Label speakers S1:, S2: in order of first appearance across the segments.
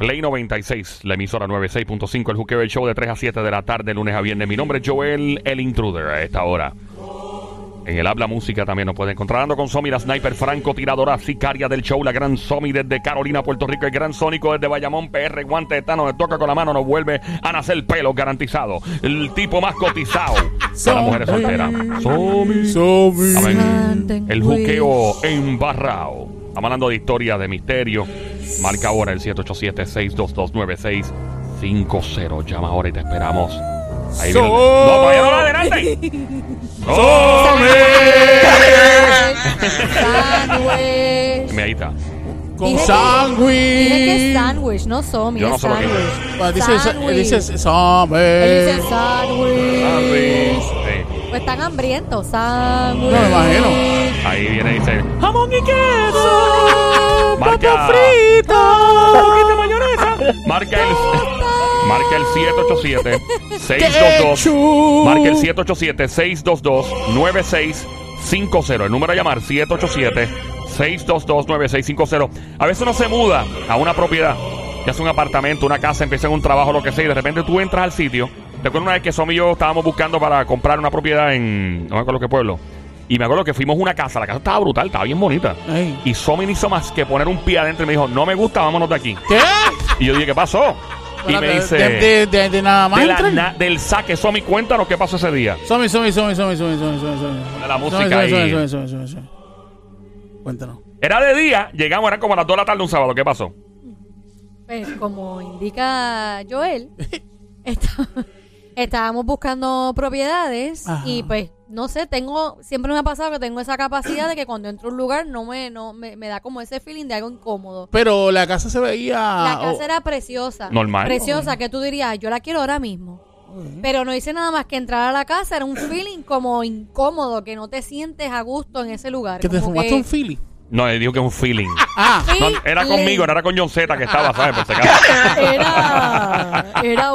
S1: Ley 96, la emisora 96.5, el Juqueo del Show de 3 a 7 de la tarde, lunes a viernes. Mi nombre es Joel, el intruder, a esta hora. En el Habla Música también nos puede encontrar. Ando con Somi, la sniper franco, tiradora, sicaria del show, la gran Somi desde Carolina, Puerto Rico, el gran Sónico desde Bayamón, PR, guante de Tano, nos toca con la mano, nos vuelve a nacer pelo garantizado. El tipo más cotizado para mujeres solteras. Somi.
S2: Somi.
S1: Amén. El
S3: Pues
S1: juqueo embarrado. Estamos hablando de historia, de misterio. Marca ahora el 787-622-9650. Llama ahora y te esperamos. Ahí viene. No, todavía no, adelante.
S3: Sandwich.
S1: Me ahí está.
S2: Con
S3: Dije que- Dije que es
S2: sangre.
S3: sandwich, no somi,
S1: Yo no
S3: es
S1: sé lo que es.
S3: sandwich. Sandwich.
S2: Ah, Dice
S3: Él dice
S2: sangre.
S1: Ah,
S3: sandwich.
S1: sí, sí.
S3: Pues están hambrientos, sandwich.
S2: No me imagino.
S1: Ahí viene, dice.
S2: Jamón y queso.
S1: Marca.
S2: Papa frita.
S1: Marca el. Marca el 787-622.
S2: Ketchup.
S1: Marca el 787-622-9650. El número a llamar, 787-622-9650. A veces uno se muda a una propiedad, ya sea un apartamento, una casa, empieza en un trabajo, lo que sea, y de repente tú entras al sitio. Recuerdo una vez que Somi y yo estábamos buscando para comprar una propiedad en. No me acuerdo qué pueblo. Y me acuerdo que fuimos a una casa, la casa estaba brutal, estaba bien bonita.
S2: Ay.
S1: Y Somi no hizo más que poner un pie adentro y me dijo, no me gusta, vámonos de aquí.
S2: ¿Qué?
S1: Y yo dije, ¿qué pasó? Y me
S2: Espérate,
S1: dice,
S2: De, de, de- de nada más.
S1: "De la
S2: entrar.
S1: na- del saque, Somi, cuéntanos qué pasó ese día.
S2: Somi, somi, somi, somi, somi, somi, somi, somi.
S1: Ponle la música
S2: Somi, somi,
S1: ahí.
S2: somi, somi, somi, somi, somi. Cuéntanos.
S1: Era de día, llegamos, eran como a las 2 de la tarde un sábado. ¿Qué pasó?
S3: Pues como indica Joel, está- estábamos buscando propiedades
S2: Ajá.
S3: y pues no sé, tengo siempre me ha pasado que tengo esa capacidad de que cuando entro a un lugar no me no me, me da como ese feeling de algo incómodo.
S2: Pero la casa se veía.
S3: La casa
S2: oh,
S3: era preciosa.
S1: Ah, Normal.
S3: Preciosa, que tú dirías, yo la quiero ahora mismo. Pero no hice nada más que entrar a la casa, era un feeling como incómodo, que no te sientes a gusto en ese lugar.
S2: Que te
S3: como
S2: fumaste
S3: que-
S2: un Philly.
S1: No, le digo que es un feeling.
S2: Ah,
S1: No, era
S3: Feeling.
S1: conmigo, no era con John Z que estaba, ¿sabes? Por si acaso.
S3: Era, era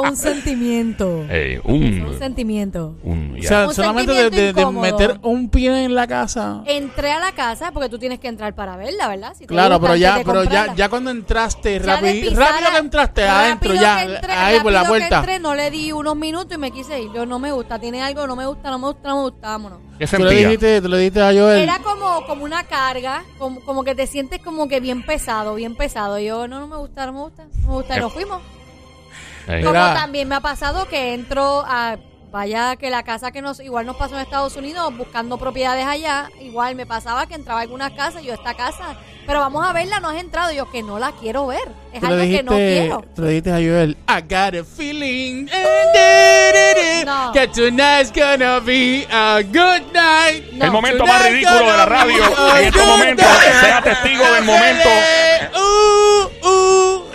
S3: un sentimiento.
S1: Eh,
S3: Un
S1: un.
S3: sentimiento.
S1: un ya.
S2: o sea,
S3: Un
S2: solamente de, de- de
S3: sentimiento incómodo.
S2: meter un pie en la casa.
S3: Entré a la casa porque tú tienes que entrar para verla, ¿verdad? Si te
S2: Claro, pero
S3: gusta antes
S2: ya,
S3: de
S2: pero ya,
S3: comprarla.
S2: ya cuando entraste,
S3: Ya de
S2: rápido,
S3: pisada,
S2: rápido que entraste
S3: rápido
S2: adentro,
S3: que
S2: ya,
S3: entré,
S2: ahí por la
S3: rápido que
S2: puerta.
S3: entré, no le di unos minutos y me quise ir. Yo no me gusta, tiene algo, no me gusta, no me gusta, no me gusta, vámonos.
S1: ¿Qué
S2: Tú le
S1: sentía?
S2: dijiste, tú le dijiste a Joel.
S3: Era como, como una carga, como, como que te sientes como que bien pesado, bien pesado. Y Yo, no, no me gusta, no me gusta, no me gusta. Y
S1: Eh,
S3: nos fuimos.
S1: Eh,
S3: Como
S2: Era-
S3: también me ha pasado que entro a... Vaya que la casa que nos... Igual nos pasó en Estados Unidos buscando propiedades allá. Igual me pasaba que entraba a algunas casas y yo esta casa. Pero vamos a verla, no has entrado. Y yo que no la quiero ver. Es
S2: tú le
S3: algo que no
S2: dijiste,
S3: quiero.
S2: tú le dijiste a Joel, I got a feeling eh,
S3: No.
S2: that tonight's gonna be a good night.
S3: No.
S1: El momento más
S2: Tonight
S1: ridículo de la
S2: gonna be
S1: radio
S2: a
S1: en estos
S2: good
S1: momentos.
S2: night.
S1: Sea testigo del momento.
S2: Uh, uh.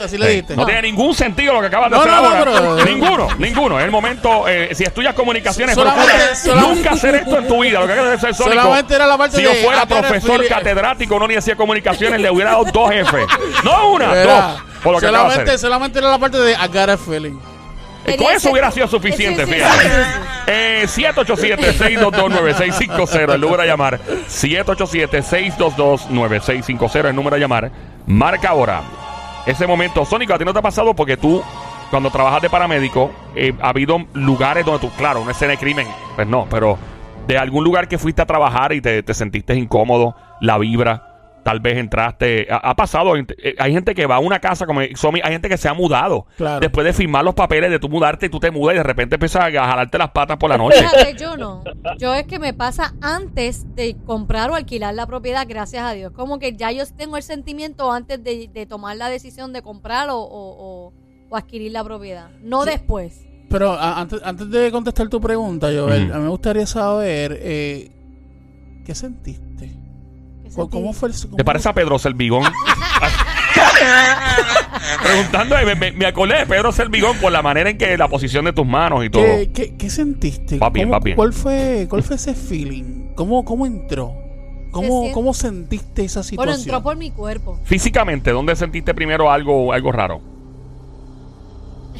S2: Así le
S1: Eh,
S2: dijiste.
S1: no tiene ningún sentido lo que acabas de
S2: No,
S1: hacer
S2: no, no,
S1: ahora.
S2: pero- eh,
S1: ninguno, ninguno. Es el momento. eh, si estudias comunicaciones,
S2: Solamente-
S1: procura
S2: solamente-
S1: nunca hacer esto en tu vida. Lo que acabas de hacer, Sónico.
S2: Solamente era la parte
S1: Si yo
S2: de-
S1: fuera
S2: ah, pero
S1: profesor
S2: Fili-
S1: catedrático en una universidad de comunicaciones, le hubiera dado dos jefes. No una, dos.
S2: Era-
S1: Por lo que acabas de hacer.
S2: solamente, solamente era la parte de I got a feeling.
S1: Eh, Con eso hubiera sido suficiente,
S3: Sí, sí,
S1: fíjate.
S3: sí, sí, sí.
S1: Eh, 787-622-9650, el número a llamar. 787-622-9650, el número a llamar. Marca ahora. Ese momento, Sónico, a ti no te ha pasado porque tú, cuando trabajas de paramédico, eh, ha habido lugares donde tú, claro, una escena de crimen, pues no, pero de algún lugar que fuiste a trabajar y te, te sentiste incómodo, la vibra. Tal vez entraste. Ha, ha pasado. eh, Hay gente que va a una casa, como Somi, hay gente que se ha mudado.
S2: Claro.
S1: Después de firmar los papeles, de tú mudarte y tú te mudas y de repente empiezas a jalarte las patas por la noche.
S3: Fíjate, yo no. Yo es que me pasa antes de comprar o alquilar la propiedad, gracias a Dios. Como que ya yo tengo el sentimiento antes de, de tomar la decisión de comprar o, o- o- o adquirir la propiedad. No después.
S2: Pero a- antes, antes de contestar tu pregunta, Joel,
S1: Ujú.
S2: a mí me gustaría saber eh, qué sentiste. ¿Cómo, cómo fue el cómo-
S1: ¿Te parece a Pedro Servigón? Preguntando, eh, me, me- me acordé de Pedro Servigón por la manera en que la posición de tus manos y todo.
S2: ¿Qué, qué, qué sentiste?
S1: Va bien,
S2: ¿Cómo-
S1: va bien.
S2: ¿Cuál fue, cuál fue ese feeling? ¿Cómo, cómo entró? ¿Cómo,
S3: siente-
S2: ¿Cómo sentiste esa
S3: Bueno,
S2: situación?
S3: entró por mi cuerpo.
S1: Físicamente, ¿dónde sentiste primero algo, algo raro?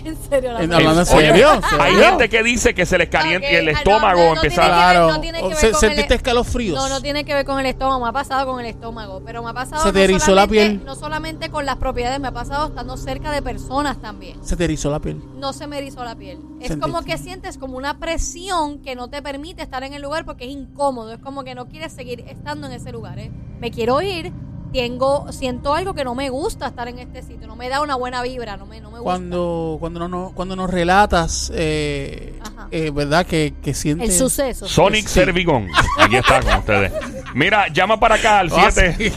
S3: En serio, la
S2: En-
S3: verdad.
S2: hablando en
S1: Oye,
S2: serio, en
S1: Hay
S2: serio.
S1: gente que dice que se les calienta
S3: Ok,
S1: el
S3: no,
S1: estómago,
S3: no, no
S1: empezar
S3: tiene
S2: Claro.
S3: no tiene que
S2: O
S3: ver
S2: se-
S3: con
S2: ¿Sentiste
S3: el- e-,
S2: escalofríos?
S3: No, no tiene que ver con el estómago, me ha pasado con el estómago, pero me ha pasado...
S2: Se te
S3: no
S2: erizó la
S3: solamente-
S2: piel.
S3: No solamente con las propiedades, me ha pasado estando cerca de personas también.
S2: Se te erizó la piel.
S3: No se me erizó la piel. Es
S2: Sentiste.
S3: como que sientes como una presión que no te permite estar en el lugar porque es incómodo, es como que no quieres seguir estando en ese lugar. ¿eh? Me quiero ir, tengo, siento algo que no me gusta estar en este sitio, no me da una buena vibra, no me, no me gusta.
S2: Cuando, cuando, no, no- cuando nos relatas, eh,
S3: Ajá.
S2: eh, ¿verdad? Que, que sientes.
S3: El suceso.
S1: Sonic
S2: Sí.
S1: Servigón. Aquí está con ustedes. Mira, llama para acá al
S2: Ah,
S1: 7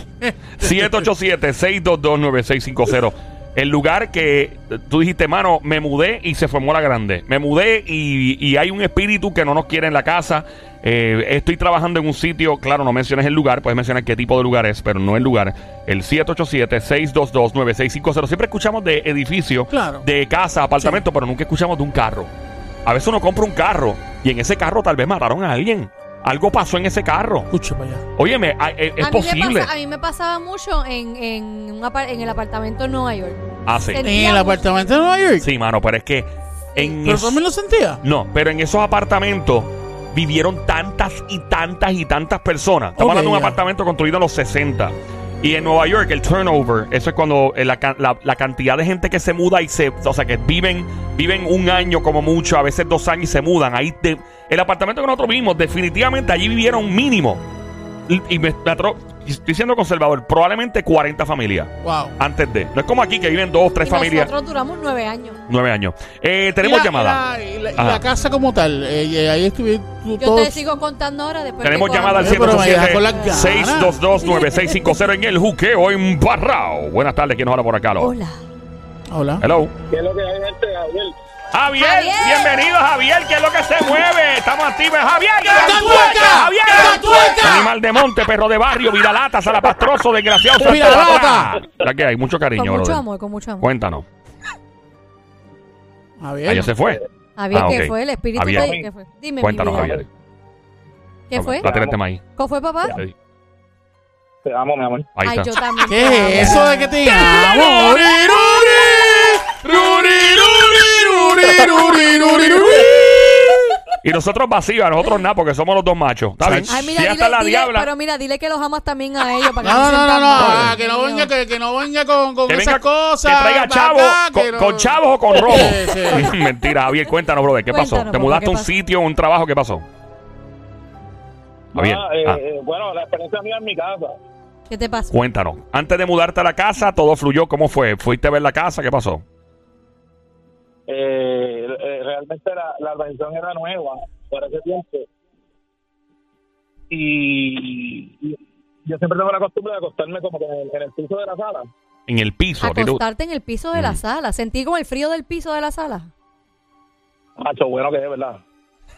S1: 787-622-9650. El lugar que eh, tú dijiste, mano, me mudé y se formó la grande. Me mudé y, y hay un espíritu que no nos quiere en la casa. Eh, estoy trabajando en un sitio, claro, no menciones el lugar, puedes mencionar qué tipo de lugar es, pero no el lugar. El 787-622-9650. Siempre escuchamos de edificio,
S2: Claro.
S1: de casa, apartamento, pero nunca escuchamos de un carro. A veces uno compra un carro y en ese carro tal vez mataron a alguien. Algo pasó en ese carro.
S2: Escucha para allá.
S1: Óyeme, a- e- es
S3: a mí me
S1: posible.
S3: pasa- a mí me pasaba mucho en, en, un apar- en el apartamento en Nueva York.
S1: Ah, sí.
S3: se-
S2: En el apartamento de Nueva York.
S1: Sí, mano, pero es que en
S2: Pero
S1: es-
S2: también lo sentía.
S1: no, pero en esos apartamentos vivieron tantas y tantas y tantas personas. Estamos
S2: Ok,
S1: hablando de un
S2: ya.
S1: apartamento construido en los 60. Y en Nueva York, el turnover, eso es cuando eh, la, ca- la- la cantidad de gente que se muda y se. O sea, que viven, viven un año como mucho, a veces dos años y se mudan. Ahí te- el apartamento que nosotros vivimos, definitivamente allí vivieron mínimo. Y, y me, me atro- y estoy siendo conservador, probablemente 40 familias
S2: Wow.
S1: antes de. No es como aquí que viven dos, tres
S3: Y
S1: familias,
S3: Nosotros duramos nueve años.
S1: nueve años. Eh, tenemos
S2: Y la-
S1: llamada.
S2: Y la, y la- y
S1: Ajá.
S2: la casa como tal. eh, y ahí estuve tú
S3: Yo
S2: todo-
S3: te sigo contando ahora después.
S1: Tenemos
S3: que coja-
S1: llamada al
S2: Eh, pero me dejas con las
S1: 787
S2: ganas.
S1: 622 9650 en el juqueo en Barrao. Buenas tardes, ¿quién nos habla por acá? Lo?
S3: Hola.
S2: Hola.
S1: Hello.
S4: ¿Qué es lo que hay, gente? Javier.
S1: Javier,
S3: Javier.
S1: bienvenido Javier, ¿qué es lo que se mueve? Estamos activos, Javier.
S2: ¡Cantueca!
S1: ¡Javier!
S2: ¡Cantueca!
S1: Animal de monte, perro de barrio, viralata, salapastroso, desgraciado, Santa
S2: Viralata.
S1: Bárbara. La que hay, mucho cariño,
S3: Con mucho
S1: brother.
S3: amor, con mucho amor.
S1: Cuéntanos.
S2: Javier.
S1: Allá se fue.
S3: Javier,
S1: Ah,
S3: ¿qué
S1: ok.
S3: fue? El espíritu
S1: Javier.
S3: de- ¿qué fue? Dime, mi
S1: Cuéntanos,
S3: vida.
S1: Javier.
S3: ¿Qué fue?
S1: La tenés tema ahí.
S3: ¿Cómo fue, papá?
S1: Ahí
S4: Te amo, mi amor.
S1: ahí
S3: Ay,
S1: está.
S3: yo también.
S2: ¿Qué
S1: Ah,
S2: es eso de que te amo? Ri, ru, ri, ru, ri, ru, ri, ru, ri, ru, ri.
S1: Y nosotros vacíos, a nosotros nada, porque somos los dos machos. ¿Está bien?
S3: Ay,
S1: ya
S3: mira, dile,
S1: está la
S3: dile-
S1: diabla.
S3: pero mira, dile que los amas también a ellos para que
S2: No, no,
S3: se
S2: no, no,
S3: sientan
S2: no,
S3: mal.
S2: ah, que no
S3: Dios mío.
S2: venga, que, que no venga con, con
S1: que
S2: esas
S1: venga,
S2: cosas.
S1: que traiga
S2: para
S1: chavo,
S2: acá,
S1: con,
S2: que no-
S1: con chavos o con robo.
S2: Sí, sí.
S1: Mentira, Javier, cuéntanos, brother, ¿qué pasó?
S3: Cuéntanos,
S1: ¿Te
S3: papá,
S1: mudaste a
S3: ¿qué
S1: un
S3: pasó?
S1: sitio, un trabajo? ¿Qué pasó? Javier,
S4: Ah, eh,
S1: ah,
S4: eh, bueno, la experiencia mía en mi casa.
S3: ¿Qué te pasa?
S1: cuéntanos. Antes de mudarte a la casa, todo fluyó. ¿Cómo fue? ¿Fuiste a ver la casa? ¿Qué pasó?
S4: Eh, eh, realmente la, la organización era nueva para ese tiempo. Y, y yo siempre tengo la costumbre de acostarme como que en el, en el piso de la sala.
S1: En el piso. a ti te-
S3: Acostarte en el piso de
S1: Mm.
S3: la sala. Sentí como el frío del piso de la sala.
S4: Macho, bueno que es, ¿verdad?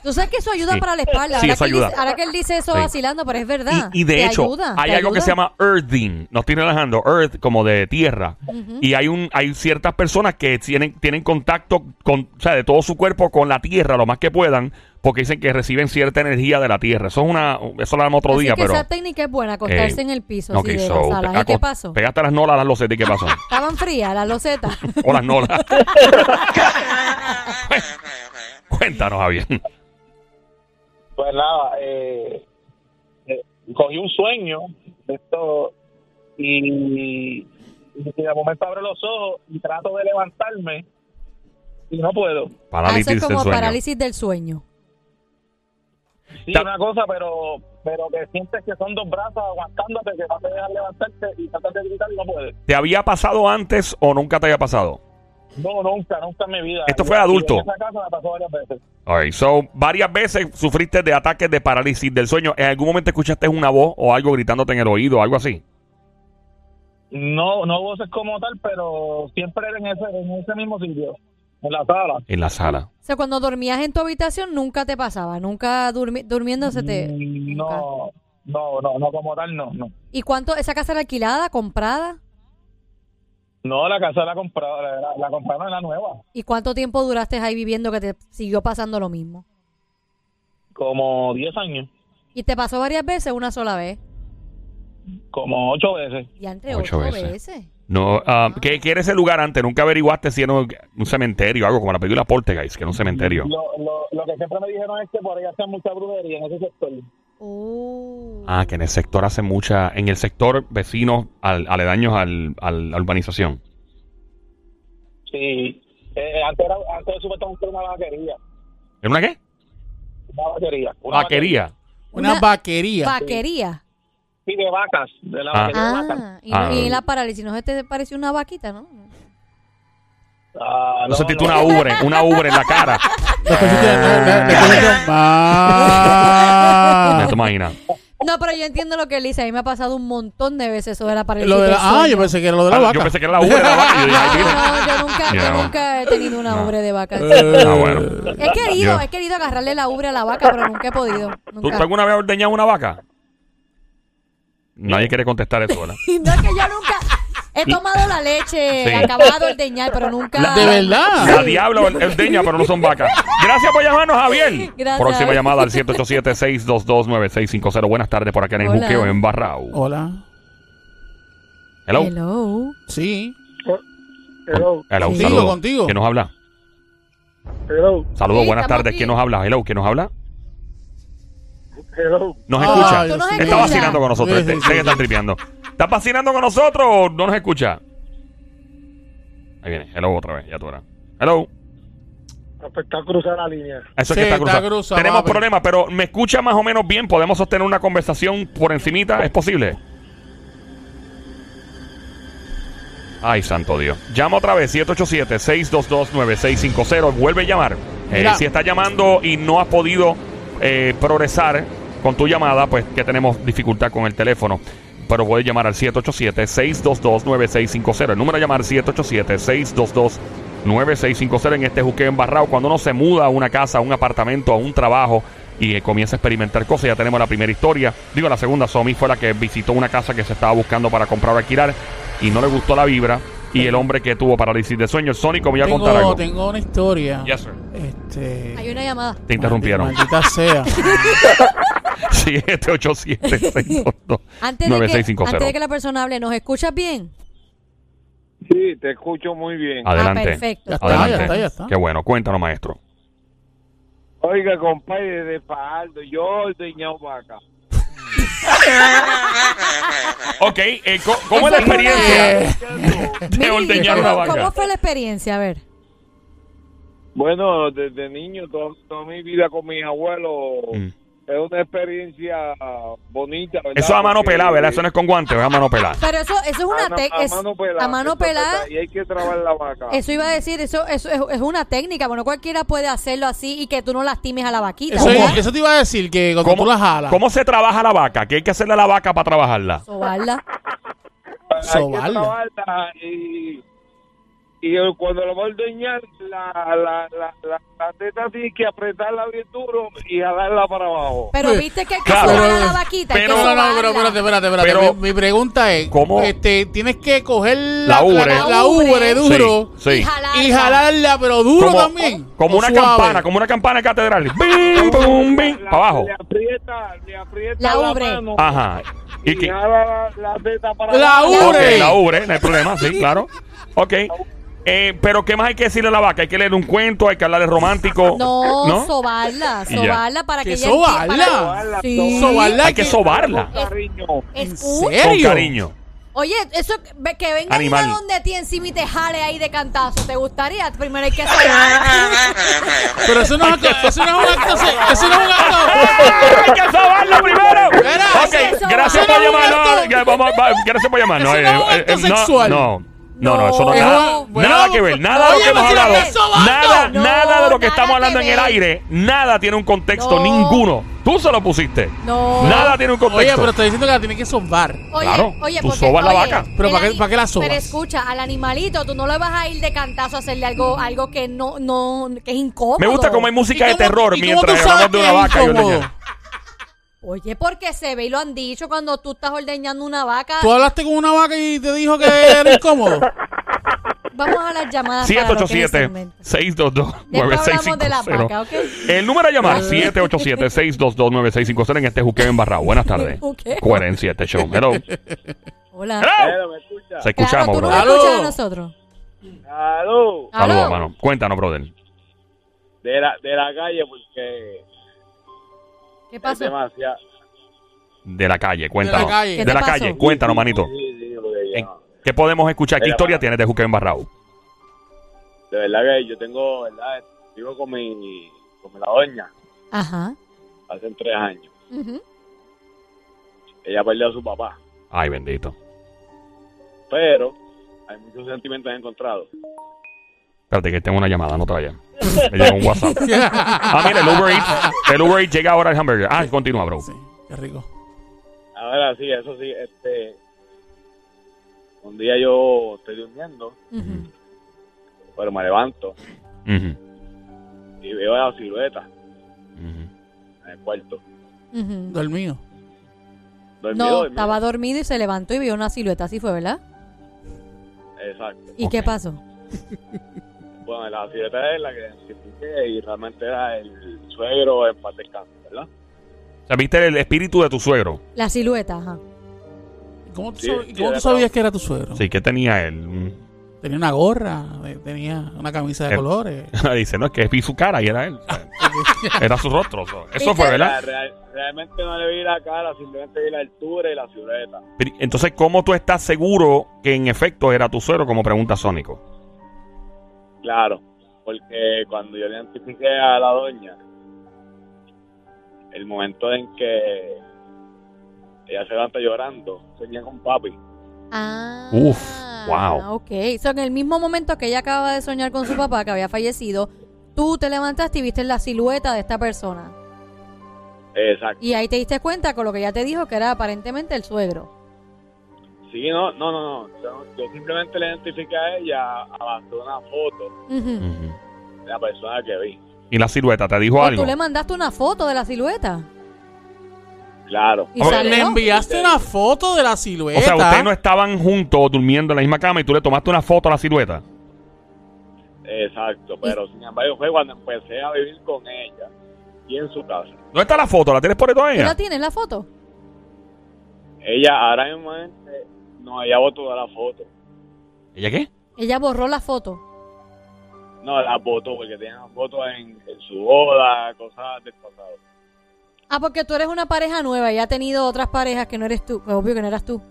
S3: Tú sabes que eso ayuda
S1: Sí.
S3: para la espalda.
S1: Sí,
S3: ahora
S1: eso
S3: que él
S1: ayuda.
S3: dice- ahora que él dice eso
S1: Sí.
S3: vacilando, pero es verdad.
S1: Y, y de
S3: Ah, Te
S1: hecho,
S3: ayuda,
S1: hay
S3: te
S1: algo que
S3: ayuda.
S1: se llama earthing. Nos tiene alejando earth como de tierra.
S3: Ujú.
S1: Y hay un hay ciertas personas que tienen, tienen contacto con, o sea, de todo su cuerpo con la tierra lo más que puedan, porque dicen que reciben cierta energía de la tierra. Eso es una eso lo hablamos otro
S3: Así
S1: día,
S3: que
S1: pero
S3: esa técnica es buena, acostarse
S1: Eh,
S3: en el piso
S1: Ok,
S3: así de
S1: so,
S3: la
S1: pe-
S3: sala. ¿Y qué
S1: acos-
S3: pasó?
S1: Pegaste las nolas a las losetas, ¿y qué pasó?
S3: Estaban frías las losetas.
S1: o las nolas. Cuéntanos, Javier.
S3: Ah,
S4: Pues nada, eh, eh, cogí un sueño de esto y, y de momento abro los ojos y trato de levantarme y no puedo.
S3: Ah, Eso
S1: Parálisis del
S3: es como
S1: sueño.
S3: parálisis del sueño.
S4: Sí,
S1: Ta-
S4: una cosa, pero pero que sientes que son dos brazos aguantándote, que no te dejan levantarte y tratas de gritar y no puedes.
S1: ¿Te había pasado antes o nunca te había pasado?
S4: No, nunca, nunca en mi vida.
S1: Esto fue
S4: Y- y
S1: adulto.
S4: en esa casa me pasó varias veces.
S1: All right, so varias veces sufriste de ataques de parálisis del sueño. ¿En algún momento escuchaste una voz o algo gritándote en el oído o algo así?
S4: No, no voces como tal, pero siempre era en ese, en ese mismo sitio, en la sala.
S1: En la sala.
S3: O sea, cuando dormías en tu habitación nunca te pasaba, nunca durmi- durmiendo se te...
S4: Mm,
S3: nunca.
S4: No, no, no, no como tal, no, no.
S3: ¿Y cuánto? ¿Esa casa era alquilada, comprada?
S4: No, la casa la compraba, la, la- la compraron en la nueva.
S3: ¿Y cuánto tiempo duraste ahí viviendo que te siguió pasando lo mismo?
S4: Como 10 años,
S3: ¿Y te pasó varias veces, una sola vez?
S4: como 8 veces.
S3: Ya entre
S1: Ocho
S3: ocho,
S1: veces.
S3: veces.
S1: No, ah, ¿qué, qué era ese lugar antes? Nunca averiguaste si era un, un cementerio, algo como la película Poltergeist, que era un cementerio.
S4: Lo, lo, lo que siempre me dijeron es que por ahí hacen mucha brujería en ese sector.
S3: Oh.
S1: Ah, que en el sector hace mucha, en el sector vecinos al, aledaños al, al- a la urbanización.
S4: Sí. Eh, antes era, antes supuestamente era una vaquería.
S1: ¿Era una qué?
S4: Una vaquería. Una
S1: Vaquería.
S2: Una,
S3: Una
S2: vaquería.
S3: Vaquería.
S4: Sí, de vacas. De la
S1: Ah.
S4: vaquería de vacas.
S3: Ah, y,
S1: Ah.
S3: y la parálisis no se te pareció una vaquita, ¿no?
S4: Ah,
S1: No sentiste una ubre, una ubre en la cara.
S2: Después se te- no, después se te-
S1: No
S2: Ah.
S1: te imaginas.
S3: No, pero yo entiendo lo que él dice. A mí me ha pasado un montón de veces eso de la parálisis.
S2: Lo de la-
S3: del
S2: ah,
S3: sueño. Ah,
S2: yo pensé que era lo de la
S1: Ah,
S2: vaca.
S1: Yo pensé que era la ubre de la vaca. Yo dije, ay, mira.
S3: No, yo nunca, yo
S1: No.
S3: nunca he tenido una
S1: No.
S3: ubre de vaca.
S2: Eh,
S1: Ah, bueno.
S3: He querido,
S1: Yo-
S3: he querido agarrarle la ubre a la vaca, pero nunca he podido.
S1: ¿Tú, tú
S3: Nunca.
S1: alguna vez has ordeñado una vaca? Nadie quiere contestar eso, ¿verdad?
S3: No es que yo nunca he tomado la leche,
S1: Sí.
S3: acabado de ordeñar, pero nunca.
S2: ¿De verdad?
S1: La diabla ordeña, pero no son vacas. Gracias por llamarnos, Javier.
S3: Gracias.
S1: Próxima llamada al 787-622-9650. Buenas tardes por acá en el
S3: Hola.
S1: Juqueo, en Barrao.
S2: Hola.
S1: Hello. Hello.
S3: Hello.
S2: Sí.
S4: Hello,
S2: Contigo,
S1: saludos.
S2: contigo.
S1: ¿Quién nos habla?
S4: hello,
S1: Saludos,
S3: Sí,
S1: buenas
S3: estamos
S1: tardes.
S3: aquí.
S1: ¿Quién nos habla? Hello, ¿quién nos habla?
S4: hello.
S1: ¿Nos
S2: Ah,
S1: escucha?
S2: tú nos
S1: Está
S2: escuchas.
S1: vacilando con nosotros.
S2: Sí, sí,
S1: Este,
S2: sí,
S1: sé que
S2: sí.
S1: está tripeando. ¿Está vacilando con nosotros o no nos escucha? Ahí viene. Hello otra vez. Ya tú verás. Hello.
S4: Está cruzar la línea.
S1: Eso es
S2: Sí,
S1: que está
S2: está
S1: cruzado.
S2: cruzado,
S1: Tenemos
S2: papi.
S1: problemas, pero me escucha más o menos bien. Podemos sostener una conversación por encimita. ¿Es posible? Ay, santo Dios. Llama otra vez, 787-622-9650. Vuelve a llamar. Eh,
S2: Mira.
S1: si estás llamando y no has podido eh, progresar con tu llamada, pues que tenemos dificultad con el teléfono. Pero puedes llamar al 787-622-9650. El número a llamar 787-622-9650 en este juqueo embarrado. Cuando uno se muda a una casa, a un apartamento, a un trabajo y eh, comienza a experimentar cosas, ya tenemos la primera historia. Digo, la segunda, Somi fue la que visitó una casa que se estaba buscando para comprar o alquilar y no le gustó la vibra. Y el hombre que tuvo parálisis de sueño, el Sónico, me iba a contar algo.
S2: Tengo, tengo una historia.
S1: Yes, sir.
S2: Este.
S3: Hay una llamada.
S1: Te interrumpieron.
S2: Maldita sea.
S1: 787
S3: Antes de, que, antes de que la persona hable, ¿nos escuchas bien?
S4: Sí, te escucho muy bien.
S1: Adelante.
S3: Ah, perfecto.
S2: Ya está,
S1: Adelante.
S2: ya está, ya está.
S1: Qué bueno. Cuéntanos, maestro.
S4: Oiga, compadre de Fajardo, yo ordeñado vaca.
S1: Ok, eh, co- ¿cómo es la
S3: Esa es una-
S1: experiencia de
S3: Miri,
S1: ordeñar
S3: ¿cómo-
S1: una
S3: ¿Cómo
S1: vaca?
S3: fue la experiencia? A ver.
S4: Bueno, desde niño, toda, toda mi vida con mis abuelos,
S1: Mm.
S4: es una experiencia bonita. ¿verdad?
S1: Eso es a mano
S4: Porque-
S1: pelada, ¿verdad? Eso no es con guantes, es a mano pelada.
S3: Pero eso, eso es una
S4: a,
S3: técnica.
S4: a mano pelada.
S3: A mano
S4: eso es
S3: pelada,
S4: verdad, Y hay que trabar la vaca.
S3: Eso iba a decir, eso, eso es, es una técnica. Bueno, cualquiera puede hacerlo así y que tú no lastimes a la vaquita.
S2: Eso,
S3: ¿verdad?
S2: es- eso te iba a decir que cuando
S1: ¿Cómo,
S2: tú la jalas.
S1: cómo se trabaja la vaca? ¿Qué hay que hacerle a la vaca para trabajarla?
S3: Sobarla.
S4: hay que
S2: sobarla.
S4: trabarla y, y el- cuando lo va a ordeñar, la, la, la, la, la teta tiene que apretarla bien duro y jalarla para abajo.
S3: Pero
S2: Sí.
S3: viste que hay que
S1: Claro.
S3: sobar a
S2: Pero-
S3: la vaquita. hay que
S1: pero-
S2: No, no, no,
S3: sobarla.
S2: pero espérate, espérate, espérate.
S1: Pero-
S2: mi, mi pregunta es,
S1: ¿Cómo?
S2: Este, tienes que coger
S1: La
S2: la,
S1: ubre.
S2: la- la ubre duro
S1: Sí.
S3: Y
S1: sí.
S3: jalarla.
S2: y jalarla, pero duro
S1: Como,
S2: también.
S1: como
S2: o
S1: una
S2: suave.
S1: campana, como una campana de catedral. ¡Bim, bum, bim!
S4: La-
S1: Para abajo.
S4: Le aprieta, le aprieta
S3: La
S4: la,
S3: ubre.
S4: mano
S1: Ajá.
S4: y
S1: ¿Y qué?
S4: jala la, la teta para
S2: La
S4: abajo.
S2: ubre.
S1: Ok, la ubre, no hay problema, sí, claro. Ok. Eh, pero ¿qué más hay que decirle a la vaca? Hay que leer un cuento, hay que hablarle romántico.
S3: No, sobarla.
S1: Y ya.
S3: Sobarla para
S2: ¿Que
S3: que ella
S2: sobarla?
S3: entienda- para- Sí.
S2: Sobarla
S1: Hay que sobarla.
S4: Cariño.
S2: ¿En
S3: Es un-
S2: serio?
S1: Con cariño.
S3: Oye, eso que- que venga
S1: Animal.
S3: y de donde ti encima y te jale ahí de cantazo. ¿Te gustaría? Primero hay que sobarla.
S2: Pero eso no es acto- eso no es un acto, se- eso no es un acto.
S1: ¡Hay que sobarlo primero!
S2: Espera,
S1: Ok,
S3: eso-
S1: gracias
S2: eso
S1: por
S2: no es un
S1: llamarnos.
S2: acto-
S1: Ya, vamos, va, Gracias por llamarnos.
S2: Eso no es un acto
S1: no,
S2: sexual.
S1: no, no, no, eso no
S3: No.
S1: nada,
S2: Bueno,
S1: nada que ver, nada de lo
S2: oye,
S1: que hemos
S2: pero si
S1: hablado.
S2: la ves sobando.
S1: Nada,
S3: No,
S1: nada de lo que estamos
S3: nada
S1: hablando
S3: que
S1: en el
S3: ver.
S1: aire. Nada tiene un contexto,
S3: No.
S1: ninguno. Tú se lo pusiste.
S3: No.
S1: Nada tiene un
S2: Oye,
S1: contexto.
S2: pero te diciendo que la tienes que sobar.
S3: Oye,
S1: Claro,
S3: oye,
S1: tú
S3: porque,
S1: sobas la
S3: oye,
S1: vaca.
S2: Pero
S3: el
S2: ¿para qué-
S3: ani-
S2: para qué la sobas?
S3: Pero escucha, al animalito tú no le vas a ir de cantazo a hacerle algo algo que no no que es incómodo.
S1: Me gusta como hay música
S2: ¿Y
S1: de
S2: cómo-
S1: terror
S2: y cómo
S1: mientras
S2: tú sabes
S1: hablamos de
S2: que
S1: una
S2: es
S1: vaca. y
S2: incómodo?
S3: Ah,
S1: ordeñar.
S3: Oye, porque se ve y lo han dicho cuando tú estás ordeñando una vaca.
S2: Tú hablaste con una vaca y te dijo que era incómodo.
S3: Vamos a las llamadas para lo que es el segmento.
S1: 787-622-9650.
S3: Después hablamos de la vaca, ¿ok?
S1: El número a llamar 787-622-9650 en este juqueo en Barra. Buenas tardes.
S3: Juqueo.
S1: Coherencia este show. Hello.
S3: Hola.
S1: Hello.
S4: Pero, ¿me escucha?
S1: Se
S3: Claro,
S1: escuchamos,
S3: tú no
S1: brother.
S3: nos
S2: brother.
S3: escuchas a
S2: Aló.
S3: nosotros.
S4: Aló.
S3: Aló.
S1: Saludos, mano. Cuéntanos, brother.
S4: De la, de la calle, porque
S3: ¿Qué
S4: es
S3: pasó?
S4: demasiado.
S1: De la calle,
S2: De
S1: cuéntanos.
S2: la calle.
S3: ¿Qué
S1: De
S3: te
S1: la
S3: pasó?
S1: calle, cuéntanos, manito.
S4: Sí, sí, porque
S1: Oh. ¿En
S4: ya-
S1: ¿Qué podemos escuchar? ¿Qué
S4: Mira,
S1: historia
S4: mano.
S1: tienes de Juque Embarrado?
S4: de verdad que yo tengo, ¿verdad? Vivo con mi, con la doña
S3: Ajá.
S4: hace tres años.
S3: Ujú.
S4: Ella perdió a su papá,
S1: Ay, bendito.
S4: pero hay muchos sentimientos encontrados.
S1: Espérate, que tengo una llamada, no te vayas. Me llegó un WhatsApp. Ah, mira, el Uber Eats. El Uber Eats llega ahora al hamburger. Ah, continúa, bro.
S2: Sí, qué rico.
S4: Ahora sí, eso sí, este. Un día yo estoy durmiendo,
S3: Ujú.
S4: pero me levanto
S1: Ujú,
S4: y veo la silueta
S1: ujú.
S4: en el cuarto.
S3: Ujú.
S2: Dormido.
S4: Dormido,
S3: No,
S4: dormido.
S3: estaba dormido y se levantó y vio una silueta, así fue, ¿verdad?
S4: Exacto.
S3: ¿Y
S1: Ok.
S3: qué pasó?
S4: Bueno, la silueta es la que identifiqué y realmente era el suegro en paz descanse, ¿verdad?
S1: O sea, viste el espíritu de tu suegro.
S3: La silueta, ajá.
S2: ¿Cómo tú,
S4: Sí,
S2: sab-
S4: sí,
S2: cómo tú
S4: era
S2: sabías que era tu suegro?
S1: Sí, ¿qué tenía él? Mm.
S2: Tenía una gorra, eh, tenía una camisa de
S1: Eh.
S2: colores.
S1: Dice, no, es que vi su cara y era él. Era su rostro. so. Eso fue,
S4: Era
S1: ¿verdad?
S4: real- realmente no le vi la cara, simplemente vi la altura y la silueta.
S1: Pero, Entonces, ¿cómo tú estás seguro que en efecto era tu suegro? Como pregunta Sónico.
S4: Claro, porque cuando yo identifiqué a la doña, el momento en que ella se levanta llorando, soñé con papi.
S3: Ah,
S1: Uf, wow.
S3: Ok, so, en el mismo momento que ella acaba de soñar con su papá que había fallecido, tú te levantaste y viste la silueta de esta persona.
S4: Exacto.
S3: Y ahí te diste cuenta con lo que ya te dijo que era aparentemente el suegro.
S4: Sí, no, no, no, no. Yo, yo simplemente la identifiqué a ella, avancé una foto
S3: Ujú.
S1: Ujú.
S4: de la persona que vi.
S1: ¿Y la silueta te dijo
S3: O
S1: algo?
S3: tú le mandaste una foto de la silueta.
S4: Claro.
S3: Y
S1: Hombre,
S3: salió.
S2: Le enviaste una foto de la silueta.
S1: O sea, ustedes no estaban juntos durmiendo en la misma cama y tú le tomaste una foto a la silueta.
S4: Exacto, pero sin embargo fue cuando empecé a vivir con ella y en su casa.
S1: ¿Dónde está la foto? ¿La tienes por ahí
S3: ¿Tú la
S1: todavía?
S3: tienes la foto?
S4: Ella ahora mismo eh, no, ella botó toda la foto.
S1: ¿Ella qué?
S3: Ella borró la foto.
S4: No, la botó porque tenía fotos en, en su boda, cosas del pasado.
S3: Ah, porque tú eres una pareja nueva y ha tenido otras parejas que no eres tú. Pues obvio que no eras tú.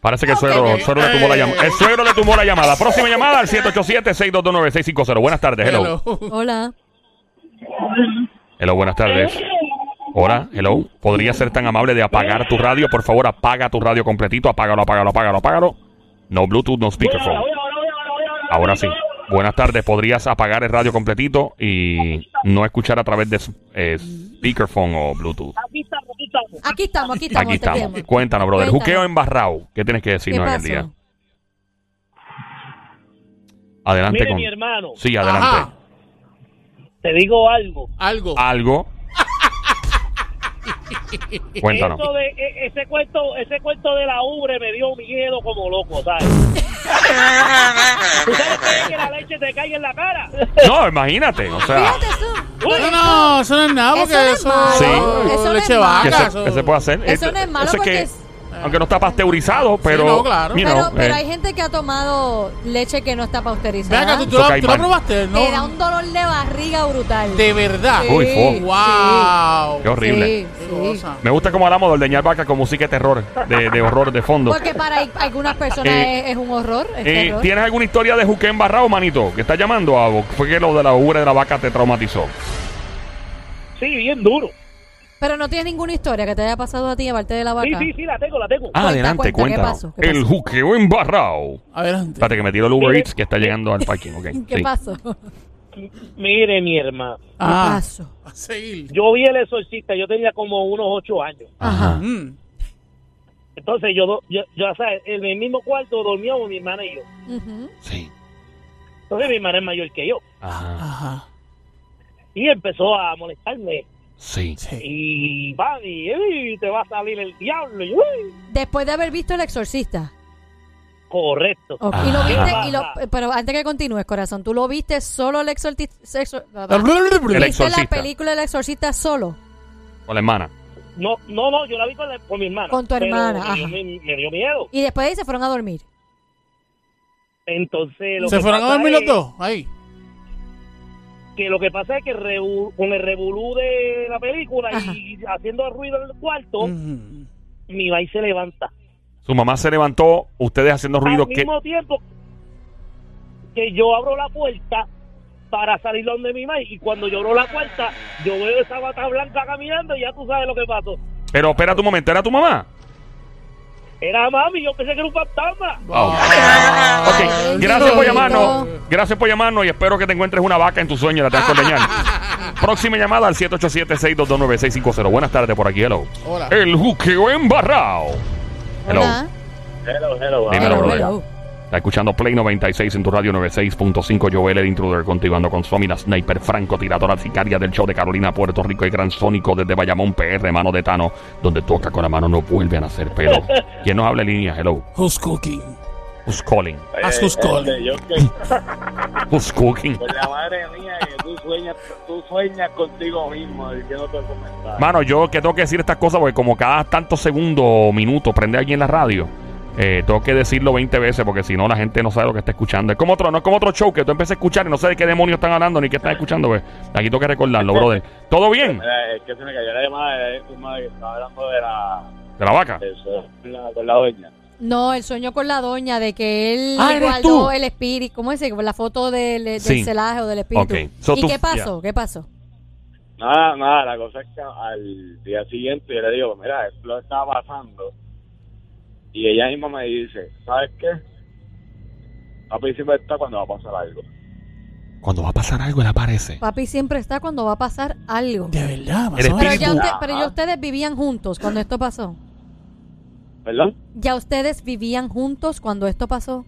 S1: Parece que el
S2: Ok,
S1: suegro,
S2: ok.
S1: el suegro le tumbó la
S2: Eh.
S1: llamada. El suegro le tumbó la llamada. Próxima llamada al 787-6229650. Buenas tardes, hello. hello.
S3: Hola.
S1: buenas tardes. Hola, hello. ¿Podría ser tan amable de apagar tu radio? Por favor, apaga tu radio completito. Apágalo, apágalo, apágalo, apágalo. No Bluetooth, no speakerphone. Ahora sí. Buenas tardes. ¿Podrías apagar el radio completito y no escuchar a través de eh, speakerphone o Bluetooth?
S3: Aquí estamos, aquí estamos.
S1: Aquí
S3: te
S1: estamos.
S3: queremos.
S1: Cuéntanos, brother.
S3: Cuéntanos.
S1: Juqueo embarrado. ¿Qué tienes que
S3: ¿Qué
S1: decirnos en el día?
S3: pasó?
S1: Adelante
S5: Mire,
S1: con.
S5: mi hermano,
S1: Sí, adelante.
S2: Ajá,
S5: te digo algo.
S2: algo.
S1: Algo. Cuéntanos.
S5: Eso de, e- ese cuento, ese cuento de la ubre me dio miedo como loco, ¿sabes? ¿Tú sabes qué es que la leche te caiga en la cara?
S1: No, imagínate. O sea,
S3: Fíjate tú.
S2: No, no, eso no es nada
S3: Eso
S2: porque
S3: no es
S2: eso,
S3: malo.
S1: Sí.
S3: Eso no es
S2: leche
S1: ¿qué
S2: vaca.
S3: malo.
S1: se, qué se puede hacer? Este,
S3: Eso no es malo
S1: eso
S3: porque
S1: que-
S3: es-
S1: Aunque no está pasteurizado, pero.
S2: no, claro.
S1: you
S3: Pero,
S1: know,
S3: pero
S1: eh,
S3: hay gente que ha tomado leche que no está
S2: Ve
S3: pasteurizada.
S2: acá, tú, tú
S1: Eso
S2: la,
S1: cae
S2: tú la
S1: mal.
S2: probaste, ¿no?
S3: Te da un dolor de barriga brutal.
S2: De verdad.
S1: Ah, Uy, fo.
S2: Wow.
S1: Qué horrible.
S2: Qué
S3: Sí, sí.
S2: cosa.
S1: Me gusta cómo hablamos de ordeñar vaca con música de terror, de, de horror de fondo.
S3: Porque para al- algunas personas
S1: Eh,
S3: es, es un horror. es
S1: Eh,
S3: terror.
S1: ¿Tienes alguna historia de Juque embarrado, manito? Que está llamando a vos. Fue que lo de la ubre de la vaca te traumatizó.
S5: Sí, bien duro.
S3: Pero no tienes ninguna historia que te haya pasado a ti, aparte de la
S5: Sí,
S3: vaca.
S5: sí, sí, la tengo, la tengo.
S3: Ah, Cuenta,
S1: Adelante,
S3: cuenta, ¿qué
S1: cuéntanos.
S3: pasó? ¿Qué pasó?
S1: El juqueo embarrado.
S2: Adelante.
S1: Espérate que me tiro el Uber Eats que está llegando al parking. ok.
S3: ¿Qué
S1: Sí.
S3: pasó?
S5: Mire, mi hermano,
S2: Ah,
S3: Paso.
S2: a seguir.
S5: yo vi el exorcista, yo tenía como unos ocho años.
S1: Ajá.
S2: Mm.
S5: Entonces yo, do- yo, yo, ¿sabes? En el mismo cuarto dormíamos mi hermana y yo.
S3: Ujú.
S1: Sí.
S5: Entonces mi hermana es mayor que yo.
S1: Ajá.
S2: Ajá.
S5: Y empezó a molestarme.
S1: Sí.
S2: Sí.
S5: Y va, y "Ey, te va a salir el diablo. Y yo, "Uy".
S3: Después de haber visto El Exorcista.
S5: correcto.
S3: Ok, Y lo viste, y
S5: Ah.
S3: lo- eh, pero antes que continúes, corazón, ¿tú lo viste solo El Exorcista?
S1: El
S3: ¿Viste la
S1: exorcista.
S3: película El Exorcista solo?
S1: Con la hermana.
S5: No, no, no, yo la vi con, la- con mi hermana.
S3: Con tu
S5: pero
S3: hermana,
S5: Me dio,
S3: ajá.
S5: mi- me dio miedo.
S3: Y después de ahí se fueron a dormir.
S5: Entonces, lo
S2: ¿Se
S5: que
S2: fueron a
S5: pasa
S2: dormir los
S5: es
S2: dos? Ahí.
S5: Que lo que pasa es que revu- con el revolú de la película
S3: Ajá.
S5: y haciendo ruido en el cuarto,
S2: Mm.
S5: mi baile se levanta.
S1: Su mamá se levantó, ustedes haciendo ruido.
S5: Al
S1: que
S5: mismo tiempo que yo abro la puerta para salir donde mi mamá y cuando yo abro la puerta, yo veo esa bata blanca caminando y ya tú sabes lo que pasó.
S1: Pero espera tu momento, ¿era tu mamá?
S5: Era mami, yo pensé que era un fantasma.
S1: Ah, ok.
S3: Ay,
S1: gracias por
S3: bendito.
S1: llamarnos. Gracias por llamarnos y espero que te encuentres una vaca en tu sueño y la tengas que ordeñar. Próxima llamada al 787-622-9650. Buenas tardes por aquí, hello.
S2: Hola.
S1: El juqueo embarrado. Hello.
S3: Hola.
S4: Hello, hello.
S1: Dímelo,
S3: Hello,
S1: brother.
S3: hello.
S1: Está escuchando Play 96 en tu radio 96.5. Joel, el intruder, continuando con Somi, la sniper franco, tiradora sicaria del show de Carolina, Puerto Rico y Gran Sónico desde Bayamón, PR, mano de Tano, donde toca con la mano, no vuelve a nacer pelo. ¿Quién nos habla en línea? Hello.
S2: Who's cooking?
S1: Eh, Who's calling?
S2: Haz tus calls.
S1: eh,
S4: Este, yo que-
S1: Who's cooking?
S4: Por la madre mía, que tú sueñas, tú sueñas contigo mismo diciéndote el comentario.
S1: Mano, yo que tengo que decir estas cosas porque como cada tantos segundos o minutos prende alguien la radio, eh, tengo que decirlo 20 veces porque si no la gente no sabe lo que está escuchando. Es como otro, no es como otro show que tú empieces a escuchar y no sé de qué demonios están hablando ni qué están escuchando. pues. Aquí tengo que recordarlo, brother. ¿Todo bien?
S4: Mira, es que se me cayó la llamada de tu madre que estaba hablando de la,
S1: De la vaca.
S4: de su- con la, con la doña.
S3: No, el sueño con la doña de que él
S2: Ah,
S3: le
S2: ¿eres
S3: guardó
S2: tú?
S3: el espíritu. ¿Cómo dice? La foto del, del
S1: Sí.
S3: celaje o del espíritu.
S1: Ok. So
S3: ¿Y
S1: tú-
S3: qué pasó? ¿Qué pasó?
S4: Nada, nada, la cosa es que al día siguiente yo le digo, mira, esto lo estaba pasando. Y ella misma me dice, ¿sabes qué? Papi siempre está cuando va a pasar algo.
S1: Cuando va a pasar algo, él aparece.
S3: Papi siempre está cuando va a pasar algo.
S2: De verdad,
S1: El
S2: pasó
S3: Pero
S2: algo.
S3: ya,
S1: espíritu.
S3: usted- pero ya ustedes vivían juntos cuando esto pasó.
S4: ¿Perdón?
S3: Ya ustedes vivían juntos cuando esto pasó.